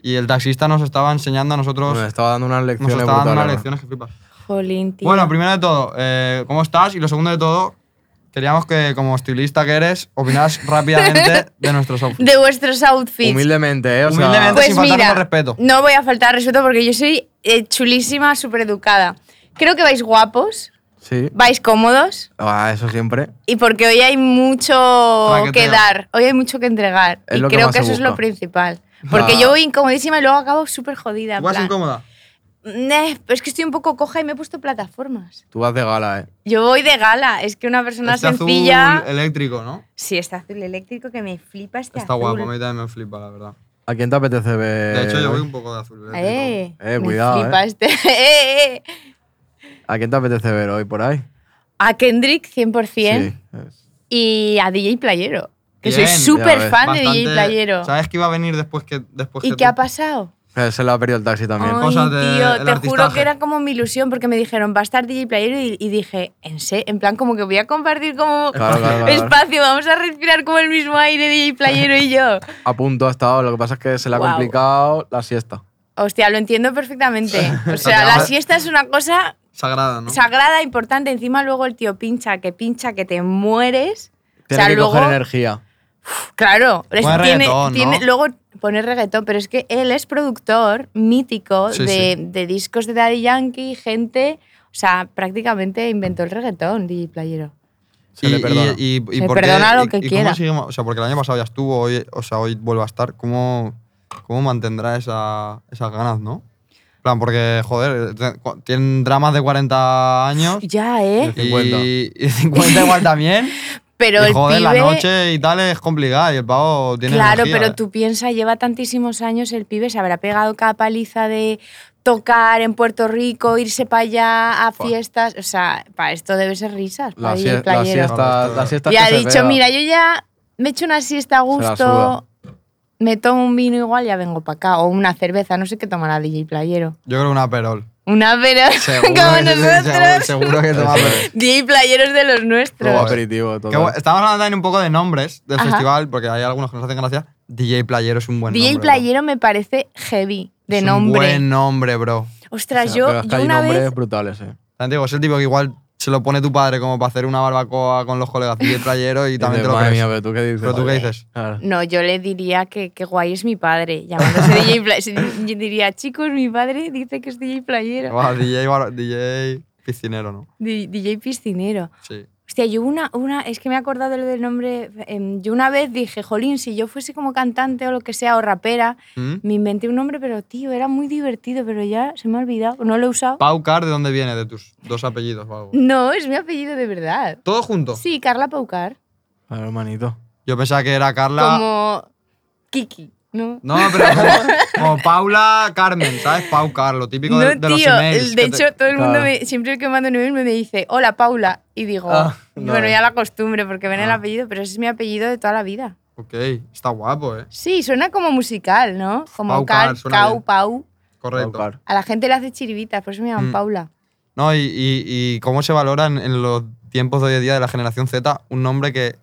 Speaker 4: y el taxista nos estaba enseñando a nosotros,
Speaker 5: Nos estaba dando unas
Speaker 4: nos
Speaker 5: lecciones
Speaker 4: estaba dando unas
Speaker 5: brutales.
Speaker 4: lecciones que flipas.
Speaker 6: Jolín, tío.
Speaker 4: Bueno, primero de todo, eh, ¿cómo estás? Y lo segundo de todo, queríamos que como estilista que eres,
Speaker 6: (laughs)
Speaker 4: opinas rápidamente de nuestros outfits.
Speaker 6: de vuestros outfits.
Speaker 5: Humildemente, ¿eh? O sea,
Speaker 4: Humildemente.
Speaker 6: Pues
Speaker 4: sin faltarnos
Speaker 6: mira,
Speaker 4: al respeto.
Speaker 6: no voy a faltar respeto porque yo soy eh, chulísima, súper educada. Creo que vais guapos,
Speaker 5: Sí.
Speaker 6: vais cómodos
Speaker 5: Ah, eso siempre.
Speaker 6: y porque hoy hay mucho
Speaker 4: Traqueteo.
Speaker 6: que dar, hoy hay mucho que entregar
Speaker 5: Es
Speaker 6: y
Speaker 5: lo que
Speaker 6: creo
Speaker 5: más
Speaker 6: que
Speaker 5: se
Speaker 6: eso es lo
Speaker 5: busca.
Speaker 6: principal. Porque
Speaker 5: Ah.
Speaker 6: yo voy incomodísima y luego acabo súper jodida. en
Speaker 4: ¿Vas
Speaker 6: plan,
Speaker 4: incómoda?
Speaker 6: "Neh, pero es que estoy un poco coja y me he puesto plataformas.
Speaker 5: Tú vas de gala, ¿eh?
Speaker 6: Yo voy de gala, es que una persona
Speaker 4: Este
Speaker 6: sencilla.
Speaker 4: azul eléctrico, ¿no?
Speaker 6: Sí, está azul eléctrico que me flipa este
Speaker 4: Está
Speaker 6: azul.
Speaker 4: guapo, a mí también me flipa, la verdad.
Speaker 5: ¿A quién te apetece ver?
Speaker 4: De hecho, yo voy un poco de azul eléctrico.
Speaker 6: Eh,
Speaker 5: Eh,
Speaker 6: me
Speaker 5: cuidado,
Speaker 6: flipa
Speaker 5: eh.
Speaker 6: este. (laughs) Eh, eh.
Speaker 5: ¿A quién te apetece ver hoy por ahí?
Speaker 6: A Kendrick 100%
Speaker 5: Sí. es-
Speaker 6: y a DJ Playero. Que
Speaker 4: Bien,
Speaker 6: soy
Speaker 4: ya
Speaker 6: súper
Speaker 5: ves,
Speaker 6: fan de
Speaker 4: Bastante-
Speaker 6: DJ Playero.
Speaker 4: ¿Sabes que iba a venir después que después
Speaker 6: ¿Y
Speaker 4: que
Speaker 6: qué ha
Speaker 4: tú?
Speaker 6: pasado?
Speaker 5: Eh, Se le ha perdido el taxi también.
Speaker 6: Ay,
Speaker 4: Cosas de-
Speaker 6: tío,
Speaker 4: el
Speaker 6: te juro
Speaker 4: artistaje.
Speaker 6: que era como mi ilusión porque me dijeron va a estar DJ Playero y, y dije, en sé, en plan como que voy a compartir como
Speaker 5: Claro, claro, claro.
Speaker 6: espacio, vamos a respirar como el mismo aire DJ Playero y yo.
Speaker 5: A punto ha estado. Lo que pasa es que se le ha
Speaker 6: Guau.
Speaker 5: complicado la siesta.
Speaker 6: Hostia, lo entiendo
Speaker 4: (laughs)
Speaker 6: perfectamente. O sea, la
Speaker 4: Ahora-
Speaker 6: siesta es una cosa
Speaker 4: Sagrada, ¿no?
Speaker 6: sagrada, importante. Encima luego el tío pincha, que pincha, que te mueres.
Speaker 5: Tiene
Speaker 6: o sea,
Speaker 5: que
Speaker 6: luego,
Speaker 5: coger energía.
Speaker 6: Claro, es-
Speaker 4: Pone
Speaker 6: tiene,
Speaker 4: reggaetón, ¿no?
Speaker 6: tiene- luego pone reggaetón, pero es que él es productor mítico
Speaker 4: Sí,
Speaker 6: de, de discos de Daddy Yankee, gente, o sea, prácticamente inventó el reggaetón, DJ Playero.
Speaker 5: Se le perdona.
Speaker 4: Y, y- y
Speaker 6: Se
Speaker 4: por qué-
Speaker 6: perdona lo
Speaker 4: y-
Speaker 6: que
Speaker 4: y cómo
Speaker 6: quiera.
Speaker 4: sigue ma- o sea, porque el año pasado ya estuvo, hoy, o sea, hoy vuelve a estar. ¿Cómo, cómo mantendrá esa, esas ganas, no? En plan, porque, joder, te- cu- tienen dramas de 40 años.
Speaker 6: Ya, ¿eh?
Speaker 5: De 50.
Speaker 4: Y, y 50 igual también.
Speaker 6: (laughs) Pero
Speaker 4: y,
Speaker 6: el
Speaker 4: joder,
Speaker 6: pibe...
Speaker 4: la noche y tal es complicada y el pavo tiene
Speaker 6: Claro,
Speaker 4: energía,
Speaker 6: pero
Speaker 4: ¿eh?
Speaker 6: tú piensas, lleva tantísimos años el pibe, se habrá pegado cada paliza de tocar en Puerto Rico, irse para allá a fiestas, o sea, para esto debe ser risas, para
Speaker 5: La, sie-
Speaker 6: DJ
Speaker 5: la
Speaker 6: Playero.
Speaker 5: siesta. La siesta
Speaker 6: Y ha
Speaker 5: que se
Speaker 6: dicho,
Speaker 5: pega.
Speaker 6: mira, yo ya me echo una siesta
Speaker 5: la
Speaker 6: a gusto, me tomo un vino igual, ya vengo para acá. O una cerveza, no sé qué tomará DJ Playero.
Speaker 4: Yo creo una perol.
Speaker 6: Una pero
Speaker 4: Seguro,
Speaker 6: (laughs) como
Speaker 4: que- seguro,
Speaker 6: nosotros.
Speaker 4: seguro que toma perol.
Speaker 6: DJ Playero es de los
Speaker 5: Luego
Speaker 6: nuestros.
Speaker 4: Probable.
Speaker 5: aperitivo. todo.
Speaker 4: Que bueno, estamos hablando también un poco de nombres del
Speaker 6: Ajá.
Speaker 4: festival, porque hay algunos que nos hacen gracia. DJ Playero es un buen
Speaker 6: DJ
Speaker 4: nombre. bro.
Speaker 6: Playero me parece heavy, de
Speaker 4: Es
Speaker 6: nombre.
Speaker 4: Un buen nombre, bro.
Speaker 6: Ostras,
Speaker 5: O sea, pero
Speaker 6: yo,
Speaker 5: es que
Speaker 6: yo
Speaker 5: hay
Speaker 6: una
Speaker 5: nombres
Speaker 6: vez...
Speaker 5: brutales, eh.
Speaker 4: También te digo, es el tipo que igual se lo pone tu padre como para hacer una barbacoa con los colegas. DJ Playero
Speaker 5: (laughs)
Speaker 4: y también te
Speaker 5: Dices,
Speaker 4: lo
Speaker 5: Madre
Speaker 4: crees. (laughs)
Speaker 5: mía, pero tú qué dices.
Speaker 4: Pero tú qué dices.
Speaker 5: Claro.
Speaker 6: No, yo le diría que, que guay es mi padre, llamándose DJ Playero. Yo (laughs) diría, chicos, mi padre dice que es DJ Playero.
Speaker 4: Buah, DJ, bar- DJ piscinero, ¿no?
Speaker 6: Di- DJ Piscinero.
Speaker 4: Sí.
Speaker 6: Hostia, yo una, una, es que me he acordado de lo del nombre, em, yo una vez dije, jolín, si yo fuese como cantante o lo que sea, o rapera,
Speaker 4: ¿Mm?
Speaker 6: me inventé un nombre, pero tío, era muy divertido, pero ya se me ha olvidado, no lo he usado.
Speaker 4: Paucar, ¿de dónde viene? De tus dos apellidos o algo.
Speaker 6: no, es mi apellido de verdad.
Speaker 4: Todo junto.
Speaker 6: Sí, Carla Paucar.
Speaker 5: Claro, hermanito.
Speaker 4: Yo pensaba que era Carla.
Speaker 6: Como Kiki, ¿no?
Speaker 4: No, pero como, como Paula Carmen, ¿sabes? Pau Carlo, típico de,
Speaker 6: no,
Speaker 4: de los
Speaker 6: tío,
Speaker 4: emails.
Speaker 6: de
Speaker 4: que te-
Speaker 6: hecho todo el mundo
Speaker 5: Claro.
Speaker 6: me, siempre que mando un email me dice, hola Paula, y digo,
Speaker 5: Ah, no.
Speaker 6: bueno, ya la costumbre porque ven el
Speaker 4: Ah.
Speaker 6: apellido, pero ese es mi apellido de toda la vida.
Speaker 4: Ok, está guapo, ¿eh?
Speaker 6: Sí, suena como musical, ¿no? Como
Speaker 4: Pau
Speaker 6: Car,
Speaker 4: Car, suena
Speaker 6: Cau,
Speaker 4: bien.
Speaker 6: Pau.
Speaker 4: Correcto.
Speaker 5: Paucar.
Speaker 6: A la gente le hace chiribitas, por eso me llaman
Speaker 4: Mm.
Speaker 6: Paula.
Speaker 4: No, y, y- y cómo se valora en, en los tiempos de hoy en día de la generación Z un nombre que,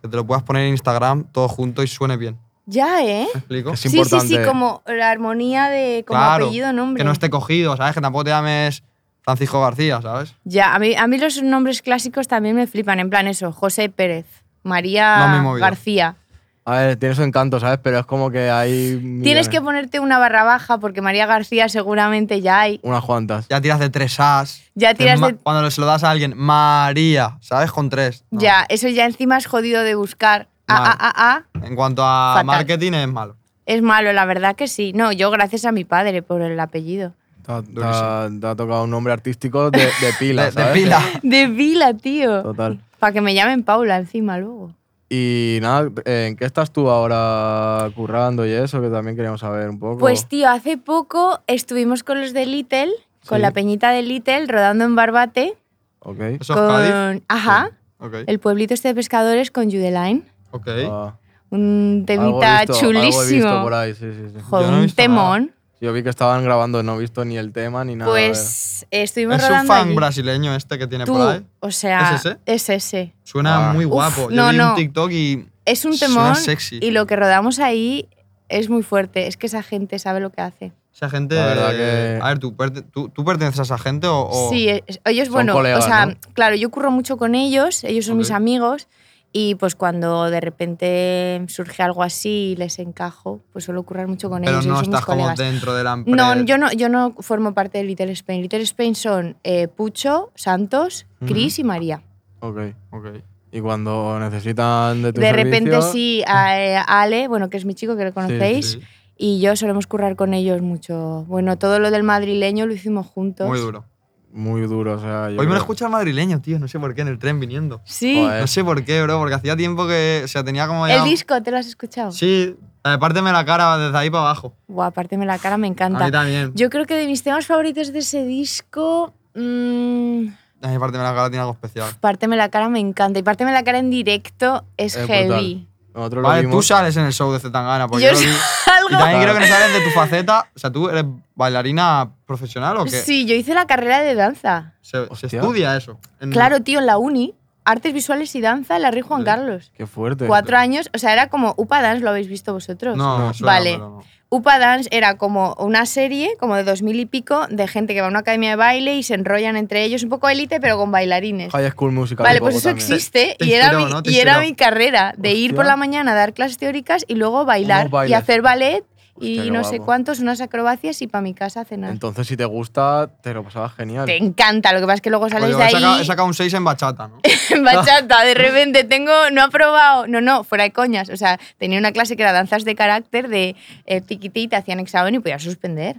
Speaker 4: que te lo puedas poner en Instagram todo junto y suene bien.
Speaker 6: Ya, ¿eh?
Speaker 4: ¿Me explico?
Speaker 5: Es
Speaker 6: Sí, sí,
Speaker 5: importante.
Speaker 6: sí, como la armonía de como
Speaker 4: Claro,
Speaker 6: apellido, nombre.
Speaker 4: Que no esté cogido, ¿sabes? Que tampoco te llames Francisco García, ¿sabes?
Speaker 6: Ya, a mí, a mí los nombres clásicos también me flipan, en plan eso, José Pérez, María
Speaker 4: No, mi movida.
Speaker 6: García.
Speaker 5: A ver, tiene su encanto, ¿sabes? Pero es como que hay.
Speaker 6: Tienes
Speaker 5: millones.
Speaker 6: que ponerte una barra baja porque María García seguramente ya hay.
Speaker 5: Unas cuantas.
Speaker 4: Ya tiras de tres As.
Speaker 6: Ya
Speaker 4: que
Speaker 6: tiras
Speaker 4: ma-
Speaker 6: de-
Speaker 4: Cuando se lo das a alguien, María, ¿sabes? Con tres. No.
Speaker 6: Ya, eso ya encima es jodido de buscar. A,
Speaker 4: Ah. Mal.
Speaker 6: a, a, a,
Speaker 4: En cuanto a
Speaker 6: Fatal.
Speaker 4: marketing es malo.
Speaker 6: Es malo, la verdad que sí. No, yo gracias a mi padre por el apellido.
Speaker 5: Te ha, te ha- te ha tocado un nombre artístico de, de
Speaker 4: (laughs)
Speaker 5: pila.
Speaker 4: De, de
Speaker 5: ¿sabes?
Speaker 4: pila.
Speaker 6: (laughs) De Vila, tío.
Speaker 5: Total.
Speaker 6: Para que me llamen Paula encima luego.
Speaker 5: Y nada, ¿en qué estás tú ahora currando y eso? Que también queríamos saber un poco.
Speaker 6: Pues tío, hace poco estuvimos con los de Little, con
Speaker 5: Sí.
Speaker 6: la peñita de Little, rodando en Barbate.
Speaker 5: Ok.
Speaker 4: ¿Eso es Cádiz?
Speaker 6: Con, ajá,
Speaker 4: Ok.
Speaker 6: el pueblito este de pescadores con Judeline.
Speaker 4: ok.
Speaker 5: Ah,
Speaker 6: Un
Speaker 5: algo
Speaker 6: temita
Speaker 5: he visto,
Speaker 6: chulísimo.
Speaker 5: Algo he visto por ahí, sí, sí, sí.
Speaker 6: Joder,
Speaker 4: Yo no he
Speaker 6: un
Speaker 4: visto nada.
Speaker 6: temón.
Speaker 5: Yo vi que estaban grabando, no he visto ni el tema ni nada. a ver.
Speaker 6: Pues eh, estuvimos
Speaker 4: Es un
Speaker 6: rodando
Speaker 4: fan
Speaker 6: allí.
Speaker 4: brasileño este que tiene
Speaker 6: Tú,
Speaker 4: por ahí.
Speaker 6: o sea,
Speaker 4: ¿Es ese?
Speaker 6: es ese.
Speaker 4: Suena
Speaker 5: Ah.
Speaker 4: muy
Speaker 6: Uf,
Speaker 4: guapo. Yo
Speaker 6: no,
Speaker 4: vi
Speaker 6: no.
Speaker 4: un TikTok y.
Speaker 6: Es un
Speaker 4: Suena
Speaker 6: temón
Speaker 4: sexy.
Speaker 6: y lo que rodamos ahí es muy fuerte. Es que esa gente sabe lo que hace.
Speaker 4: Esa gente.
Speaker 5: La verdad que-
Speaker 4: A ver, ¿tú, perte- tú, tú perteneces a esa gente o.? o-
Speaker 6: Sí, e, es- ellos,
Speaker 5: son
Speaker 6: bueno,
Speaker 5: colegas,
Speaker 6: o sea,
Speaker 5: ¿no?
Speaker 6: claro, yo curro mucho con ellos, ellos son mis
Speaker 4: Ok.
Speaker 6: amigos y pues cuando de repente surge algo así y les encajo, pues suelo currar mucho con
Speaker 4: Pero
Speaker 6: ellos. ellos
Speaker 4: no
Speaker 6: son mis
Speaker 4: estás como
Speaker 6: colegas.
Speaker 4: dentro de la empresa.
Speaker 6: No, yo no, yo no formo parte de Little Spain. Little Spain son eh, Pucho, Santos, Chris y María.
Speaker 5: Ok.
Speaker 4: Ok.
Speaker 5: Y cuando necesitan de tu
Speaker 6: De repente
Speaker 5: servicio,
Speaker 6: sí, a, eh, Ale, bueno, que es mi chico que lo conocéis,
Speaker 4: Ah. sí.
Speaker 6: y yo solemos currar con ellos mucho. Bueno, todo lo del madrileño lo hicimos juntos.
Speaker 4: Muy duro.
Speaker 5: Muy duro, o
Speaker 4: Hoy
Speaker 5: sea. yo
Speaker 4: me
Speaker 5: creo-
Speaker 4: lo escucha el madrileño, tío. No sé por qué en el tren viniendo.
Speaker 6: Sí,
Speaker 5: Joder.
Speaker 4: No sé por qué, bro. Porque hacía tiempo que. O sea, tenía como. ya-
Speaker 6: el disco, ¿te lo has escuchado?
Speaker 4: Sí. Aparte me la cara desde ahí para abajo.
Speaker 6: Buah, apárteme la cara, me
Speaker 4: A mí
Speaker 6: encanta.
Speaker 4: también.
Speaker 6: Yo creo que de mis temas favoritos de ese disco, mm,
Speaker 4: A mí parte me la cara tiene algo especial.
Speaker 6: Párteme la cara me encanta. Y Párteme la cara en directo es,
Speaker 5: Es brutal.
Speaker 6: heavy.
Speaker 5: Nosotros lo
Speaker 4: Vale, tú
Speaker 5: vimos.
Speaker 4: sales en el show de Zetangana. Porque
Speaker 6: Yo (laughs)
Speaker 4: yo lo vi. Y
Speaker 6: salgo...
Speaker 4: también creo que no sabes de tu faceta. O sea, ¿tú eres bailarina profesional o qué?
Speaker 6: Sí, yo hice la carrera de danza.
Speaker 4: Se, se
Speaker 5: Hostia.
Speaker 4: estudia eso. en-
Speaker 6: Claro, tío, en la uni, artes visuales y danza, en la Rey Juan
Speaker 4: Mm. Sí.
Speaker 6: Carlos.
Speaker 5: Qué fuerte.
Speaker 6: Cuatro años, o sea, era como UPA Dance, ¿lo habéis visto vosotros?
Speaker 4: No, me suena,
Speaker 6: Vale.
Speaker 4: pero no.
Speaker 6: UPA Dance era como una serie, como de dos mil y pico, de gente que va a una academia de baile y se enrollan entre ellos, un poco élite, pero con bailarines.
Speaker 5: High School Musical.
Speaker 6: Vale,
Speaker 5: un
Speaker 6: pues
Speaker 5: poco
Speaker 6: eso
Speaker 5: también.
Speaker 6: existe
Speaker 4: Te
Speaker 6: y, era,
Speaker 4: inspiró,
Speaker 6: mi,
Speaker 4: ¿no? Te
Speaker 6: y era
Speaker 4: inspiró.
Speaker 6: mi carrera de ir por
Speaker 5: Hostia.
Speaker 6: la mañana a dar clases teóricas y luego bailar
Speaker 5: Unos bailes.
Speaker 6: y hacer ballet
Speaker 5: Hostia,
Speaker 6: y
Speaker 5: qué
Speaker 6: no sé
Speaker 5: guapo.
Speaker 6: cuántos, unas acrobacias y para mi casa a cenar.
Speaker 5: Entonces, si te gusta, te lo pasabas genial.
Speaker 6: Te encanta, lo que pasa es que luego
Speaker 4: Porque
Speaker 6: sales de
Speaker 4: he,
Speaker 6: ahí
Speaker 4: sacado, he sacado un 6 en bachata, ¿no?
Speaker 6: (laughs) en bachata, de repente tengo, no ha probado, no, no, fuera de coñas, o sea, tenía una clase que era danzas de carácter de eh, piquití y te hacían examen y podías suspender.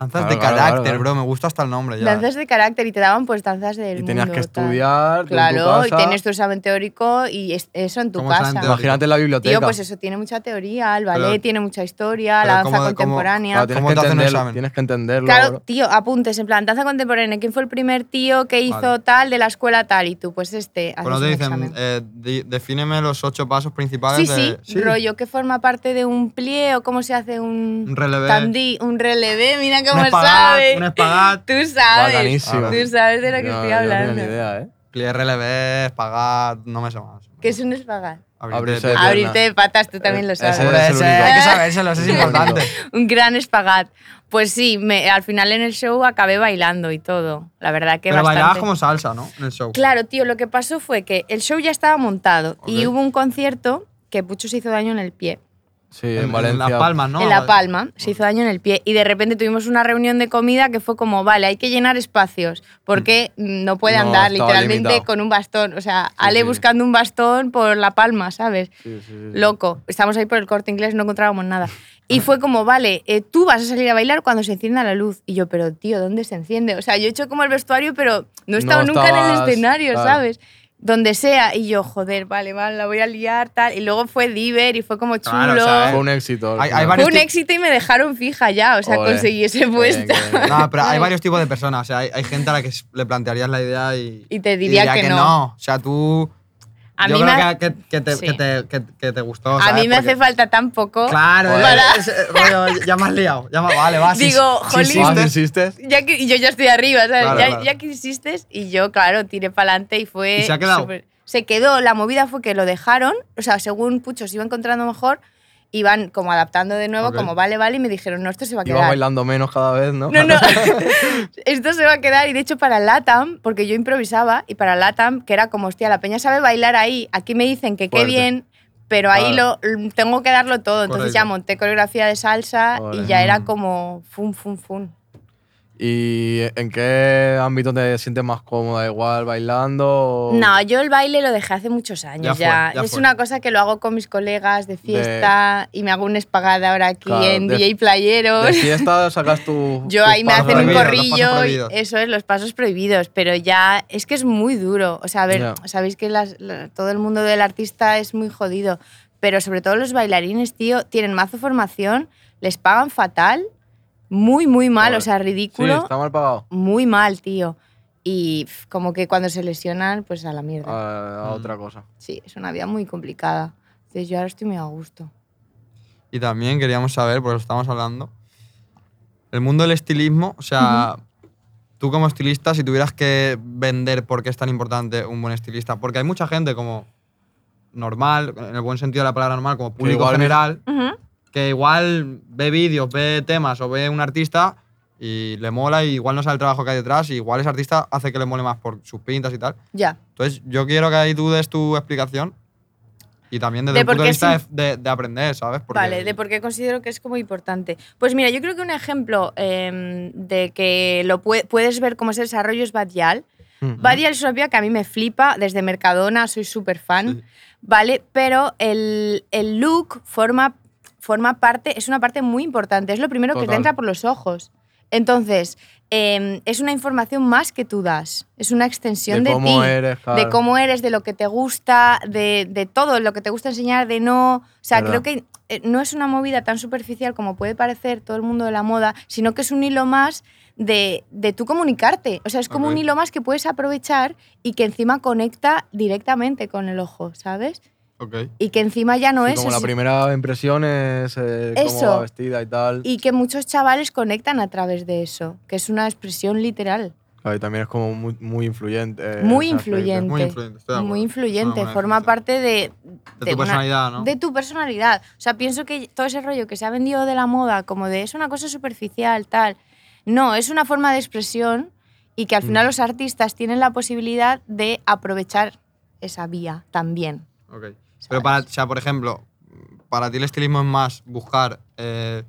Speaker 4: Danzas
Speaker 5: Claro,
Speaker 4: de
Speaker 5: claro,
Speaker 4: carácter,
Speaker 5: claro, claro.
Speaker 4: bro. Me gusta hasta el nombre ya. eh.
Speaker 6: Danzas de carácter y te daban pues danzas del
Speaker 5: Y tenías que
Speaker 6: mundo, tal.
Speaker 5: estudiar. tú en tu
Speaker 6: Claro, y
Speaker 5: casa.
Speaker 6: tenías tu examen teórico y es- eso en tu
Speaker 4: Como examen
Speaker 6: casa.
Speaker 4: teórico.
Speaker 5: Imagínate en la biblioteca.
Speaker 6: Tío, pues eso tiene mucha teoría, el ballet
Speaker 4: Pero-
Speaker 6: tiene mucha historia,
Speaker 4: pero
Speaker 6: la danza
Speaker 4: ¿cómo de- cómo-
Speaker 5: Claro,
Speaker 6: contemporánea.
Speaker 5: tienes
Speaker 4: ¿Cómo
Speaker 5: que
Speaker 4: te hacen un
Speaker 5: entender-
Speaker 4: examen?
Speaker 5: Tienes que entenderlo.
Speaker 6: Claro,
Speaker 5: bro.
Speaker 6: tío, apuntes, en plan, danza contemporánea, ¿quién fue el primer tío que hizo
Speaker 4: Vale.
Speaker 6: tal de la escuela tal? Y tú, pues este, haces
Speaker 4: Pero no te
Speaker 6: un
Speaker 4: dicen,
Speaker 6: examen.
Speaker 4: eh, di- defíneme los ocho pasos principales
Speaker 6: sí, sí,
Speaker 4: de.
Speaker 6: rollo que forma parte de un plie o cómo se hace un,
Speaker 4: Un relevé.
Speaker 6: tandí, un relevé, mira
Speaker 4: Un
Speaker 6: cómo
Speaker 4: espagat,
Speaker 6: sabe.
Speaker 4: un espagat.
Speaker 6: Tú sabes,
Speaker 5: Bacanísimo.
Speaker 6: tú sabes Ah, de lo que
Speaker 5: Yo-
Speaker 6: estoy
Speaker 5: yo
Speaker 6: hablando.
Speaker 5: No tenía ni idea, ¿eh?
Speaker 4: Plié, relevé, espagat, no me sé más.
Speaker 6: ¿Qué es un espagat?
Speaker 5: Abrirse
Speaker 4: de
Speaker 5: pierna.
Speaker 6: Abrirte de patas, tú también lo
Speaker 5: ese
Speaker 6: sabes.
Speaker 4: Hombre,
Speaker 5: Es el
Speaker 4: Ah, ese,
Speaker 5: único.
Speaker 4: hay que sabérselo,
Speaker 6: (laughs)
Speaker 4: eso es importante.
Speaker 6: Un gran espagat. Pues sí, me- al final en el show acabé bailando y todo. La verdad que
Speaker 4: Pero
Speaker 6: bastante.
Speaker 4: bailabas como salsa, ¿no? En el show.
Speaker 6: Claro, tío, lo que pasó fue que el show ya estaba montado y
Speaker 4: Ok.
Speaker 6: hubo un concierto que Pucho se hizo daño en el pie.
Speaker 5: Sí,
Speaker 4: En,
Speaker 5: en,
Speaker 4: en
Speaker 5: Valencia.
Speaker 4: Las Palmas, ¿no? eh.
Speaker 6: en La Palma, se hizo daño en el pie y de repente tuvimos una reunión de comida que fue como, vale, hay que llenar espacios porque no puede
Speaker 5: No,
Speaker 6: andar
Speaker 5: estaba
Speaker 6: literalmente
Speaker 5: limitado.
Speaker 6: con un bastón, o sea, Ale
Speaker 5: sí.
Speaker 6: buscando un bastón por La Palma, ¿sabes?
Speaker 5: Sí, sí, sí.
Speaker 6: Loco, estamos ahí por el corte inglés, no encontrábamos nada. Y fue como, vale, eh, tú vas a salir a bailar cuando se encienda la luz. Y yo, pero tío, ¿dónde se enciende? O sea, yo he hecho como el vestuario, pero no he
Speaker 5: No
Speaker 6: estado nunca en el
Speaker 5: estabas-
Speaker 6: escenario,
Speaker 5: claro.
Speaker 6: ¿sabes? donde sea. Y yo, joder, vale, vale, la voy a liar, tal. Y luego fue Diver y fue como chulo.
Speaker 4: Claro, o sea,
Speaker 5: Fue un éxito. al
Speaker 4: Hay- hay
Speaker 5: final.
Speaker 4: varios-
Speaker 6: Fue un éxito y me dejaron fija ya, o sea,
Speaker 5: Joder.
Speaker 6: conseguí ese puesto.
Speaker 5: Bien, Ah, bien.
Speaker 6: (laughs)
Speaker 4: No, pero hay varios tipos de personas. O sea, hay, hay gente a la que s- le plantearías la idea y.
Speaker 6: Y te diría que no.
Speaker 4: O sea, tú.
Speaker 6: A
Speaker 4: yo
Speaker 6: mí
Speaker 4: creo
Speaker 6: me ha-
Speaker 4: que, que- que te,
Speaker 6: sí.
Speaker 4: que, te, que- que te gustó.
Speaker 6: A
Speaker 4: ¿sabes?
Speaker 6: mí me
Speaker 4: Porque-
Speaker 6: hace falta tan poco.
Speaker 4: Claro,
Speaker 5: Joder.
Speaker 4: eh, es- eh, rollo, ya me has liado. Ya me- vale, vas.
Speaker 6: Digo, jolín.
Speaker 5: Sí, sí, insistes.
Speaker 6: Ya que, y yo ya estoy arriba, ¿sabes?
Speaker 4: Claro,
Speaker 6: ya,
Speaker 4: claro.
Speaker 6: ya que insistes, y yo, claro, tiré para adelante y fue.
Speaker 4: ¿Y se ha quedado?
Speaker 6: súper- se quedó. La movida fue que lo dejaron, o sea, según Pucho se iba encontrando mejor, iban como adaptando de nuevo,
Speaker 4: Ok.
Speaker 6: como vale, vale, y me dijeron, no, esto se va a
Speaker 5: Iba
Speaker 6: quedar.
Speaker 5: bailando menos cada vez, ¿no?
Speaker 4: (laughs)
Speaker 6: No, no. Esto se va a quedar. Y de hecho, para Latam, porque yo improvisaba, y para Latam, que era como, hostia, la peña sabe bailar ahí. Aquí me dicen que qué
Speaker 5: Fuerte.
Speaker 6: bien, pero ahí lo tengo que darlo todo. Entonces
Speaker 4: Correcto.
Speaker 6: ya monté coreografía de salsa
Speaker 5: Ole.
Speaker 6: y ya era como fun, fun, fun.
Speaker 5: ¿Y en qué ámbito te sientes más cómoda? ¿Igual bailando? o
Speaker 6: No, yo el baile lo dejé hace muchos años
Speaker 4: Ya
Speaker 6: ya.
Speaker 4: fue, ya
Speaker 6: es
Speaker 4: fue.
Speaker 6: una cosa que lo hago con mis colegas de fiesta y me hago una espagada ahora aquí
Speaker 5: Claro,
Speaker 6: en
Speaker 5: de-
Speaker 6: DJ
Speaker 5: ¿De
Speaker 6: Playeros.
Speaker 5: fiesta sacas tu.
Speaker 6: (laughs) Yo
Speaker 5: tus
Speaker 6: ahí me
Speaker 5: pasos
Speaker 6: hacen un
Speaker 4: corri- los pasos
Speaker 5: prohibidos,
Speaker 6: corrillo, y
Speaker 4: prohibidos.
Speaker 6: eso es, los pasos prohibidos, pero ya es que es muy duro. O sea, a ver,
Speaker 5: Ya.
Speaker 6: sabéis que las- la- todo el mundo del artista es muy jodido, pero sobre todo los bailarines, tío, tienen mazo formación, les pagan fatal, muy, muy mal,
Speaker 5: Joder.
Speaker 6: o sea,
Speaker 5: Sí,
Speaker 6: ridículo,
Speaker 5: está mal pagado.
Speaker 6: muy mal, tío. Y pf, como que cuando se lesionan, pues a la mierda.
Speaker 5: A, a
Speaker 4: Mm.
Speaker 5: otra cosa.
Speaker 6: Sí, es una vida muy complicada. Entonces yo ahora estoy muy a gusto.
Speaker 4: Y también queríamos saber, porque lo estamos hablando, el mundo del estilismo, o sea, tú como estilista, si tuvieras que vender por qué es tan importante un buen estilista, porque hay mucha gente como normal, en el buen sentido de la palabra normal, como público
Speaker 5: igual-
Speaker 4: general, que igual ve vídeos, ve temas o ve un artista y le mola y igual no sabe el trabajo que hay detrás y igual ese artista hace que le mole más por sus pintas y tal.
Speaker 6: Ya.
Speaker 4: Entonces, yo quiero que ahí tú des tu explicación y también desde
Speaker 6: De
Speaker 4: el
Speaker 6: por
Speaker 4: punto
Speaker 6: qué
Speaker 4: de vista
Speaker 6: sí.
Speaker 4: de, de- de aprender, ¿sabes? Porque-
Speaker 6: Vale, de por qué considero que es como importante. Pues mira, yo creo que un ejemplo em, de que lo pue- puedes ver cómo se desarrollo es Badial.
Speaker 5: Mm.
Speaker 4: Ujú.
Speaker 6: Badial es una piba que a mí me flipa, desde Mercadona soy súper fan, ¿vale? Pero el, el look forma, forma parte, es una parte muy importante, es lo primero que te
Speaker 5: Total.
Speaker 6: entra por los ojos. Entonces, em, es una información más que tú das, es una extensión de,
Speaker 5: cómo
Speaker 6: ti
Speaker 5: eres,
Speaker 6: de cómo eres, de lo que te gusta, de, de todo, lo que te gusta enseñar, de no... O sea,
Speaker 5: Verdad.
Speaker 6: creo que eh, no es una movida tan superficial como puede parecer todo el mundo de la moda, sino que es un hilo más de, de tú comunicarte. O sea, es como
Speaker 4: Ok.
Speaker 6: un hilo más que puedes aprovechar y que encima conecta directamente con el ojo, ¿sabes?
Speaker 4: Ok.
Speaker 6: Y que encima ya no
Speaker 5: Sí,
Speaker 6: es...
Speaker 5: como la
Speaker 6: así-
Speaker 5: primera impresión es eh, cómo
Speaker 6: Eso.
Speaker 5: va vestida y tal.
Speaker 6: y que muchos chavales conectan a través de eso, que es una expresión literal.
Speaker 5: Claro, y también es como muy, muy influyente. eh,
Speaker 6: Muy
Speaker 5: ese aspecto.
Speaker 6: influyente.
Speaker 4: Muy influyente, estoy de acuerdo. Es
Speaker 6: Muy
Speaker 4: una
Speaker 6: influyente,
Speaker 4: buena
Speaker 6: forma
Speaker 4: definición.
Speaker 6: parte de...
Speaker 4: De,
Speaker 6: de
Speaker 4: tu
Speaker 6: una-
Speaker 4: personalidad, ¿no?
Speaker 6: de tu personalidad. O sea, pienso que todo ese rollo que se ha vendido de la moda, como de es una cosa superficial, tal. No, es una forma de expresión y que al final los artistas tienen la posibilidad de aprovechar esa vía también.
Speaker 4: Ok. Pero
Speaker 6: ¿sabes?
Speaker 4: para, o sea, por ejemplo, para ti el estilismo es más buscar eh,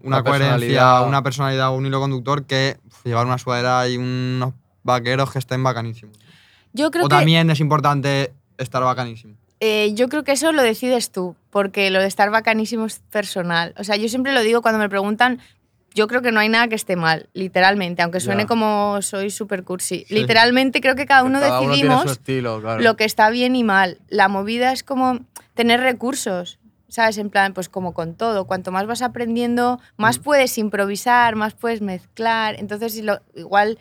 Speaker 4: una
Speaker 5: Una
Speaker 4: coherencia,
Speaker 5: personalidad.
Speaker 4: una personalidad, un hilo conductor que uf, llevar una sudadera y unos vaqueros que estén bacanísimos.
Speaker 6: Yo creo
Speaker 4: o
Speaker 6: que
Speaker 4: también es importante estar bacanísimo.
Speaker 6: Eh, yo creo que eso lo decides tú, porque lo de estar bacanísimo es personal. O sea, yo siempre lo digo cuando me preguntan, yo creo que no hay nada que esté mal, literalmente, aunque suene
Speaker 5: Ya.
Speaker 6: como soy super cursi.
Speaker 4: Sí.
Speaker 6: Literalmente creo que cada uno
Speaker 5: Cada uno
Speaker 6: decidimos
Speaker 5: tiene su estilo, claro.
Speaker 6: lo que está bien y mal. La movida es como tener recursos, ¿sabes? En plan, pues como con todo, cuanto más vas aprendiendo, más
Speaker 5: Mm.
Speaker 6: puedes improvisar, más puedes mezclar. Entonces, si lo- igual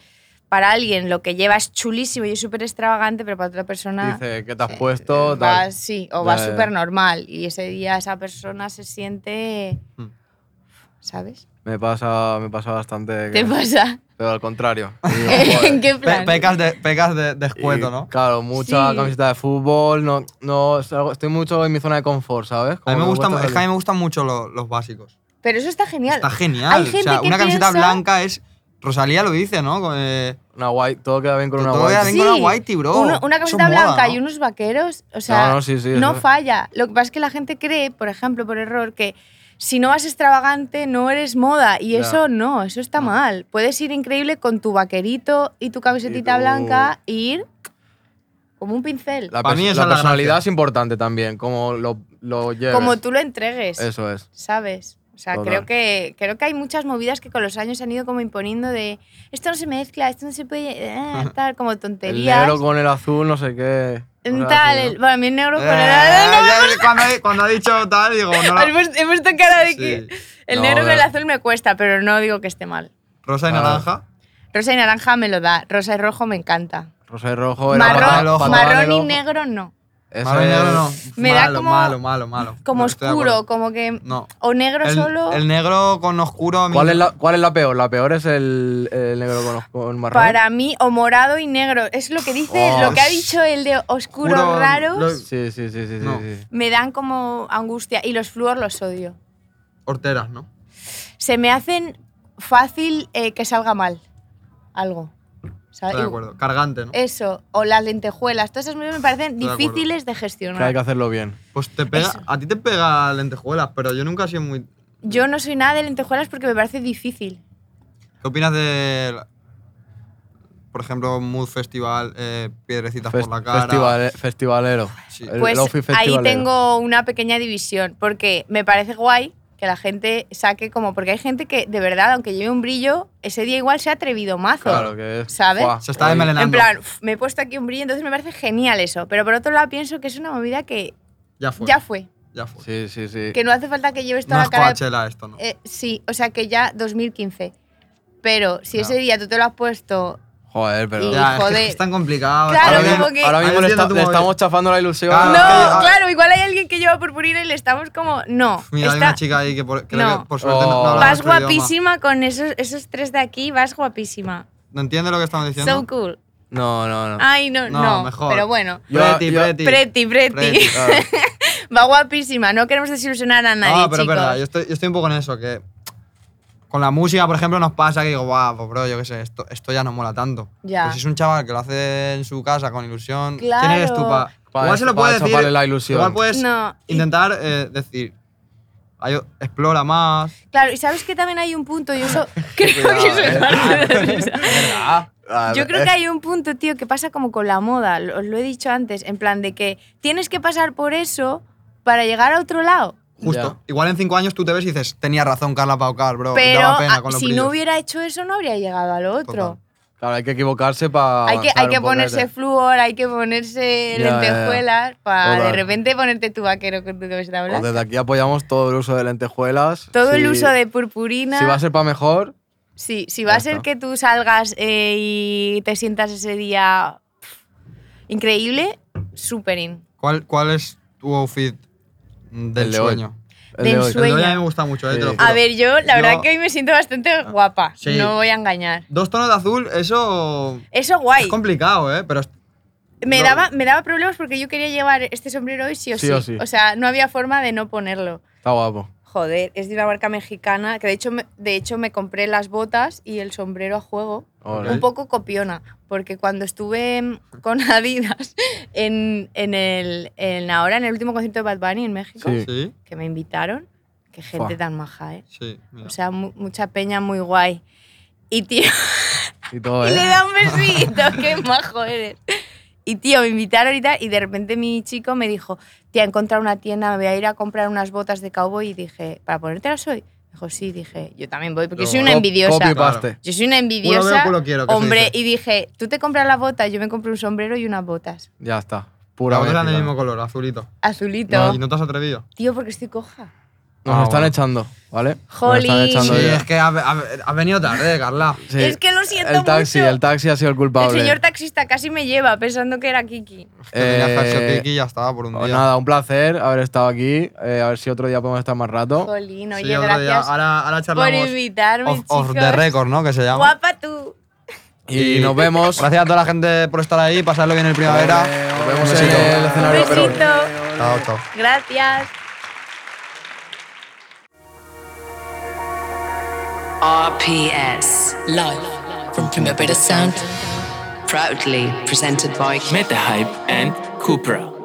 Speaker 6: para alguien lo que lleva es chulísimo y es súper extravagante, pero para otra persona...
Speaker 5: Dice que te has
Speaker 6: eh,
Speaker 5: puesto.
Speaker 6: va-
Speaker 5: tal.
Speaker 6: sí, o
Speaker 5: Ya,
Speaker 6: va
Speaker 5: ya, ya.
Speaker 6: súper normal y ese día esa persona se siente...
Speaker 4: Mm.
Speaker 6: ¿Sabes?
Speaker 5: Me pasa, me pasa bastante.
Speaker 6: ¿Te
Speaker 5: que- (laughs)
Speaker 6: pasa?
Speaker 5: Pero al
Speaker 6: (laughs)
Speaker 5: contrario. Y digo, joder.
Speaker 6: ¿En qué
Speaker 4: Pe-
Speaker 6: plan?
Speaker 4: pecas de, pecas de, de
Speaker 5: Y,
Speaker 4: escueto, ¿no?
Speaker 5: Claro, mucha
Speaker 6: Sí.
Speaker 5: camiseta de fútbol. No, no, es algo- estoy mucho en mi zona de confort, ¿sabes?
Speaker 4: A
Speaker 5: Como
Speaker 4: mí me, gusta, es que
Speaker 5: gusta
Speaker 4: a mí
Speaker 5: salir.
Speaker 4: me gustan mucho lo- los básicos.
Speaker 6: Pero eso está genial.
Speaker 4: Está
Speaker 6: Hay
Speaker 4: genial. O
Speaker 6: gente
Speaker 4: sea,
Speaker 6: que
Speaker 4: una camiseta
Speaker 6: piensa-
Speaker 4: blanca es. Rosalía lo dice, ¿no? Con, eh,
Speaker 5: Una guay, todo queda bien con una
Speaker 4: Todo
Speaker 5: guay.
Speaker 4: queda bien
Speaker 5: tío.
Speaker 4: con una whitey, bro.
Speaker 6: uno- una
Speaker 4: Eso
Speaker 6: camiseta
Speaker 4: mola,
Speaker 6: blanca
Speaker 4: ¿no?
Speaker 6: y unos vaqueros, o sea,
Speaker 5: No, no, sí, sí,
Speaker 6: no
Speaker 5: eso-
Speaker 6: falla. Lo que pasa es que la gente cree, por ejemplo, por error, que si no vas extravagante no eres moda y
Speaker 5: Ya.
Speaker 6: eso no, eso está mal. Puedes ir increíble con tu vaquerito y tu camisetita
Speaker 5: tu-
Speaker 6: blanca e ir como un pincel,
Speaker 5: La,
Speaker 4: Pa' mí
Speaker 5: perso-
Speaker 4: esa
Speaker 5: la
Speaker 4: es la
Speaker 5: personalidad
Speaker 4: gracia.
Speaker 5: es importante también, como lo, lo lleves.
Speaker 6: como tú lo entregues,
Speaker 5: Eso es.
Speaker 6: ¿sabes? O sea,
Speaker 5: Total.
Speaker 6: creo que, creo que hay muchas movidas que con los años se han ido como imponiendo de esto no se mezcla, esto no se puede, eh, tal, como
Speaker 5: El
Speaker 6: tonterías.
Speaker 5: negro con el azul, no sé qué.
Speaker 6: Mm,
Speaker 5: cosas
Speaker 6: tal,
Speaker 5: así,
Speaker 6: el-
Speaker 5: ¿no?
Speaker 6: bueno, a mí el negro con el...
Speaker 4: eh, ya, cuando, cuando ha dicho tal, digo, Ah, no la-
Speaker 6: He puesto- he puesto cara de que
Speaker 4: Sí.
Speaker 6: el
Speaker 5: No,
Speaker 6: negro con
Speaker 5: pero-
Speaker 6: el azul me cuesta, pero no digo que esté mal.
Speaker 4: Rosa y
Speaker 5: Ah.
Speaker 4: naranja.
Speaker 6: Rosa y naranja me lo da, rosa y rojo me encanta.
Speaker 5: Rosa y rojo, era patada-
Speaker 6: Marrón,
Speaker 4: ojo,
Speaker 5: patada en
Speaker 6: marrón
Speaker 5: el
Speaker 6: y
Speaker 5: ojo.
Speaker 6: negro no.
Speaker 5: Ese
Speaker 4: Marrón y negro
Speaker 5: es-
Speaker 4: no.
Speaker 6: Me da
Speaker 4: malo,
Speaker 6: como-
Speaker 4: malo, malo, malo.
Speaker 6: Como
Speaker 4: No, estoy de
Speaker 6: oscuro,
Speaker 4: acuerdo.
Speaker 6: como que...
Speaker 4: No.
Speaker 6: O negro
Speaker 4: El,
Speaker 6: solo.
Speaker 4: el negro con oscuro. a mí
Speaker 5: ¿Cuál
Speaker 4: no-
Speaker 5: es, la, ¿Cuál es la peor? La peor es el, el negro con, con marrón.
Speaker 6: Para mí, o morado y negro. Es lo que dice,
Speaker 5: Oh,
Speaker 6: lo que ha dicho el de oscuros
Speaker 4: Oscuro,
Speaker 6: raros.
Speaker 4: lo-
Speaker 5: Sí, sí, sí, sí, sí,
Speaker 4: No.
Speaker 5: sí.
Speaker 6: Me dan como angustia. Y los flúor los odio.
Speaker 4: Horteras, ¿no?
Speaker 6: Se me hacen fácil eh, que salga mal algo. ¿sabes?
Speaker 4: Estoy de acuerdo. Cargante, ¿no?
Speaker 6: Eso, o las lentejuelas. Todas esas medidas me parecen
Speaker 4: Estoy de acuerdo.
Speaker 6: difíciles de
Speaker 5: Que hay que
Speaker 6: gestionar.
Speaker 5: hacerlo bien.
Speaker 4: Pues te pega.
Speaker 6: eso.
Speaker 4: A ti te pega lentejuelas, pero yo nunca he sido muy.
Speaker 6: Yo no soy nada de lentejuelas porque me parece difícil.
Speaker 4: ¿Qué opinas de. la- Por ejemplo, Mood Festival, eh, Piedrecitas
Speaker 5: Fes-
Speaker 4: por la cara.
Speaker 5: festivale- festivalero.
Speaker 4: Sí.
Speaker 5: El
Speaker 6: Pues
Speaker 5: Lofi
Speaker 6: ahí
Speaker 5: festivalero.
Speaker 6: tengo una pequeña división, porque me parece guay que la gente saque como, porque hay gente que de verdad, aunque lleve un brillo, ese día igual se ha atrevido mazo.
Speaker 5: Claro que es.
Speaker 6: ¿Sabes?
Speaker 5: Buah,
Speaker 4: Se está
Speaker 5: ahí-
Speaker 4: desmelenando.
Speaker 6: en plan, "Uf, me he puesto aquí un brillo, entonces me parece genial eso. Pero por otro lado pienso que es una movida que
Speaker 4: Ya fue.
Speaker 6: ya fue,
Speaker 4: ya fue.
Speaker 5: Sí, sí, sí.
Speaker 6: que no hace falta que lleves toda
Speaker 4: No
Speaker 6: la
Speaker 4: es
Speaker 6: cara. de-
Speaker 4: Coachella esto, ¿no?
Speaker 6: Eh, sí, o sea que ya 2015. Pero si
Speaker 4: Ya.
Speaker 6: ese día tú te lo has puesto,
Speaker 5: Joder, pero.
Speaker 6: Y-
Speaker 4: ya, es, que
Speaker 6: joder.
Speaker 4: es tan complicado.
Speaker 6: Claro,
Speaker 5: ahora mismo,
Speaker 6: como que-
Speaker 5: ahora mismo le,
Speaker 4: Entiendo
Speaker 5: esta-
Speaker 4: tu
Speaker 5: le
Speaker 4: movida.
Speaker 5: estamos chafando la ilusión.
Speaker 4: Claro,
Speaker 6: no,
Speaker 4: es que-
Speaker 6: claro, igual hay alguien que lleva purpurina y le estamos como, no.
Speaker 4: Mira, hay
Speaker 6: está-
Speaker 4: una chica ahí que por, creo
Speaker 6: No.
Speaker 4: que por suerte no,
Speaker 5: Oh.
Speaker 4: no habla
Speaker 6: Vas
Speaker 4: nuestro idioma.
Speaker 6: guapísima con esos, esos tres de aquí, vas guapísima.
Speaker 4: ¿No entiendes lo que estamos diciendo?
Speaker 6: So cool.
Speaker 5: No, no, no.
Speaker 6: Ay, no,
Speaker 4: No,
Speaker 6: no.
Speaker 4: mejor.
Speaker 6: Pero bueno.
Speaker 5: Yo-
Speaker 4: Preti,
Speaker 5: yo-
Speaker 4: Preti.
Speaker 6: Preti, preti.
Speaker 4: Preti.
Speaker 5: Claro.
Speaker 6: (laughs) Va guapísima, no queremos desilusionar a nadie,
Speaker 4: Ah, pero es
Speaker 6: chicos.
Speaker 4: verdad, yo estoy, yo estoy un poco en eso, que con la música, por ejemplo, nos pasa que digo, guau, pues bro, yo qué sé, esto, esto ya no mola tanto.
Speaker 6: Ya.
Speaker 4: Pues si es un chaval que lo hace en su casa con ilusión, ¿quién
Speaker 6: Claro.
Speaker 4: eres tú para...?
Speaker 5: Pa-
Speaker 4: igual se lo
Speaker 5: pa
Speaker 4: puedes decir,
Speaker 5: chaparle la ilusión.
Speaker 4: igual puedes
Speaker 6: No.
Speaker 4: intentar eh, decir, "Ay, explora más,
Speaker 6: Claro, y sabes que también hay un punto, y
Speaker 4: (laughs)
Speaker 6: eso creo que eso
Speaker 4: eh.
Speaker 6: es parte de risa.
Speaker 4: Ah,
Speaker 6: Yo creo que hay un punto, tío, que pasa como con la moda, lo- os lo he dicho antes, en plan de que tienes que pasar por eso para llegar a otro lado.
Speaker 4: justo.
Speaker 5: Ya.
Speaker 4: Igual en cinco años tú te ves y dices, tenía razón Carla Paucar, bro,
Speaker 6: Pero
Speaker 4: daba pena
Speaker 6: ah,
Speaker 4: con los Pues
Speaker 6: si
Speaker 4: brillos".
Speaker 6: no hubiera hecho eso, no habría llegado al otro.
Speaker 4: Total.
Speaker 5: Claro, hay que equivocarse para.
Speaker 6: hay que, hay que ponerse flúor, hay que ponerse
Speaker 5: Ya, ya, ya.
Speaker 6: lentejuelas para de
Speaker 5: Total.
Speaker 6: repente ponerte tu vaquero con tu
Speaker 5: O
Speaker 6: cabecera blanca.
Speaker 5: pues desde aquí apoyamos todo el uso de lentejuelas.
Speaker 6: Todo el
Speaker 5: Si-
Speaker 6: uso de purpurina.
Speaker 5: Si va a ser para mejor,
Speaker 6: sí, si va
Speaker 5: Ya
Speaker 6: a ser
Speaker 5: está.
Speaker 6: que tú salgas eh, y te sientas ese día pff, increíble, súper in.
Speaker 4: ¿Cuál, ¿Cuál es tu outfit del
Speaker 5: El de hoy.
Speaker 4: sueño?
Speaker 5: el
Speaker 6: Del
Speaker 5: de hoy.
Speaker 4: El de hoy a mí
Speaker 6: Sueña.
Speaker 4: me gusta mucho, eh, te lo
Speaker 5: Sí.
Speaker 4: juro.
Speaker 6: A ver, yo la
Speaker 4: Yo-
Speaker 6: verdad que hoy me siento bastante guapa,
Speaker 4: Sí.
Speaker 6: no voy a engañar.
Speaker 4: Dos tonos de azul, eso...
Speaker 6: Eso guay.
Speaker 4: Es complicado, ¿eh? Pero es-
Speaker 6: Me,
Speaker 4: no.
Speaker 6: daba, me daba problemas porque yo quería llevar este sombrero hoy sí o
Speaker 5: Sí
Speaker 6: sí.
Speaker 5: o sí.
Speaker 6: O sea, no había forma de no ponerlo.
Speaker 5: Está guapo.
Speaker 6: Joder, es de una marca mexicana que de hecho me, de hecho me compré las botas y el sombrero a juego.
Speaker 5: Ole.
Speaker 4: Ok.
Speaker 6: Un poco copiona, porque cuando estuve mm, con Adidas en, en el, en ahora en el último concierto de Bad Bunny en México,
Speaker 5: Sí.
Speaker 4: Sí,
Speaker 6: que me invitaron, qué gente
Speaker 5: Fua.
Speaker 6: tan maja, ¿eh?
Speaker 4: sí. mira.
Speaker 6: O sea, mu- mucha peña muy guay. Y tío,
Speaker 5: Y todo,
Speaker 6: y le
Speaker 5: ¿eh?
Speaker 6: da un besito, (laughs) qué majo eres. Y tío, me invitaron y tal, y de repente mi chico me dijo, tía, he encontrado una tienda, me voy a ir a comprar unas botas de cowboy y dije, ¿para ponértelas hoy? Dijo, sí, dije, yo también voy, porque
Speaker 4: Yo
Speaker 6: soy una
Speaker 5: Cop-
Speaker 6: envidiosa.
Speaker 5: Copy paste.
Speaker 6: Yo soy una
Speaker 4: Culo
Speaker 6: envidiosa.
Speaker 4: veo, culo quiero, que se
Speaker 6: hombre,
Speaker 4: dice.
Speaker 6: y dije, tú te compras las botas, yo me compré un sombrero y unas botas.
Speaker 5: Ya está.
Speaker 4: Las
Speaker 5: Pura
Speaker 4: dos eran del
Speaker 5: mexicana.
Speaker 4: mismo color, azulito.
Speaker 6: Azulito.
Speaker 4: No, ¿Y no te has atrevido?
Speaker 6: Tío, porque estoy coja.
Speaker 5: Nos
Speaker 4: Ah,
Speaker 5: están
Speaker 4: bueno.
Speaker 5: echando, ¿vale? Nos
Speaker 6: Jolín.
Speaker 5: están echando
Speaker 4: Sí,
Speaker 5: ya.
Speaker 4: es que has venido tarde, Carla.
Speaker 5: Sí.
Speaker 6: Es que lo siento
Speaker 5: El taxi,
Speaker 6: mucho.
Speaker 5: el taxi ha sido el
Speaker 6: El
Speaker 5: culpable.
Speaker 6: señor taxista casi me lleva pensando que era Kiki.
Speaker 4: Que tenías que haber sido
Speaker 5: Eh,
Speaker 4: Kiki y ya estaba por un
Speaker 5: Pues
Speaker 4: día.
Speaker 5: nada, un placer haber estado aquí. eh, a ver si otro día podemos estar más rato.
Speaker 6: Jolín,
Speaker 4: Sí,
Speaker 6: oye,
Speaker 4: otro día.
Speaker 6: gracias
Speaker 4: Ahora, ahora
Speaker 6: por
Speaker 4: charlamos
Speaker 6: invitarme,
Speaker 4: off,
Speaker 6: chicos.
Speaker 4: off the record, ¿no? Que se llama.
Speaker 6: Guapa tú.
Speaker 5: Y nos vemos.
Speaker 4: Gracias a toda la gente por estar ahí, pasarlo bien en primavera.
Speaker 5: Nos vemos
Speaker 4: Un
Speaker 5: en
Speaker 4: besito.
Speaker 5: el
Speaker 6: Un
Speaker 5: escenario. Perón.
Speaker 6: besito.
Speaker 4: Chao, chao.
Speaker 6: Gracias.
Speaker 1: RPS.
Speaker 2: Live from Primavera Sound.
Speaker 1: Proudly presented by
Speaker 3: Meta Hype and Cupra.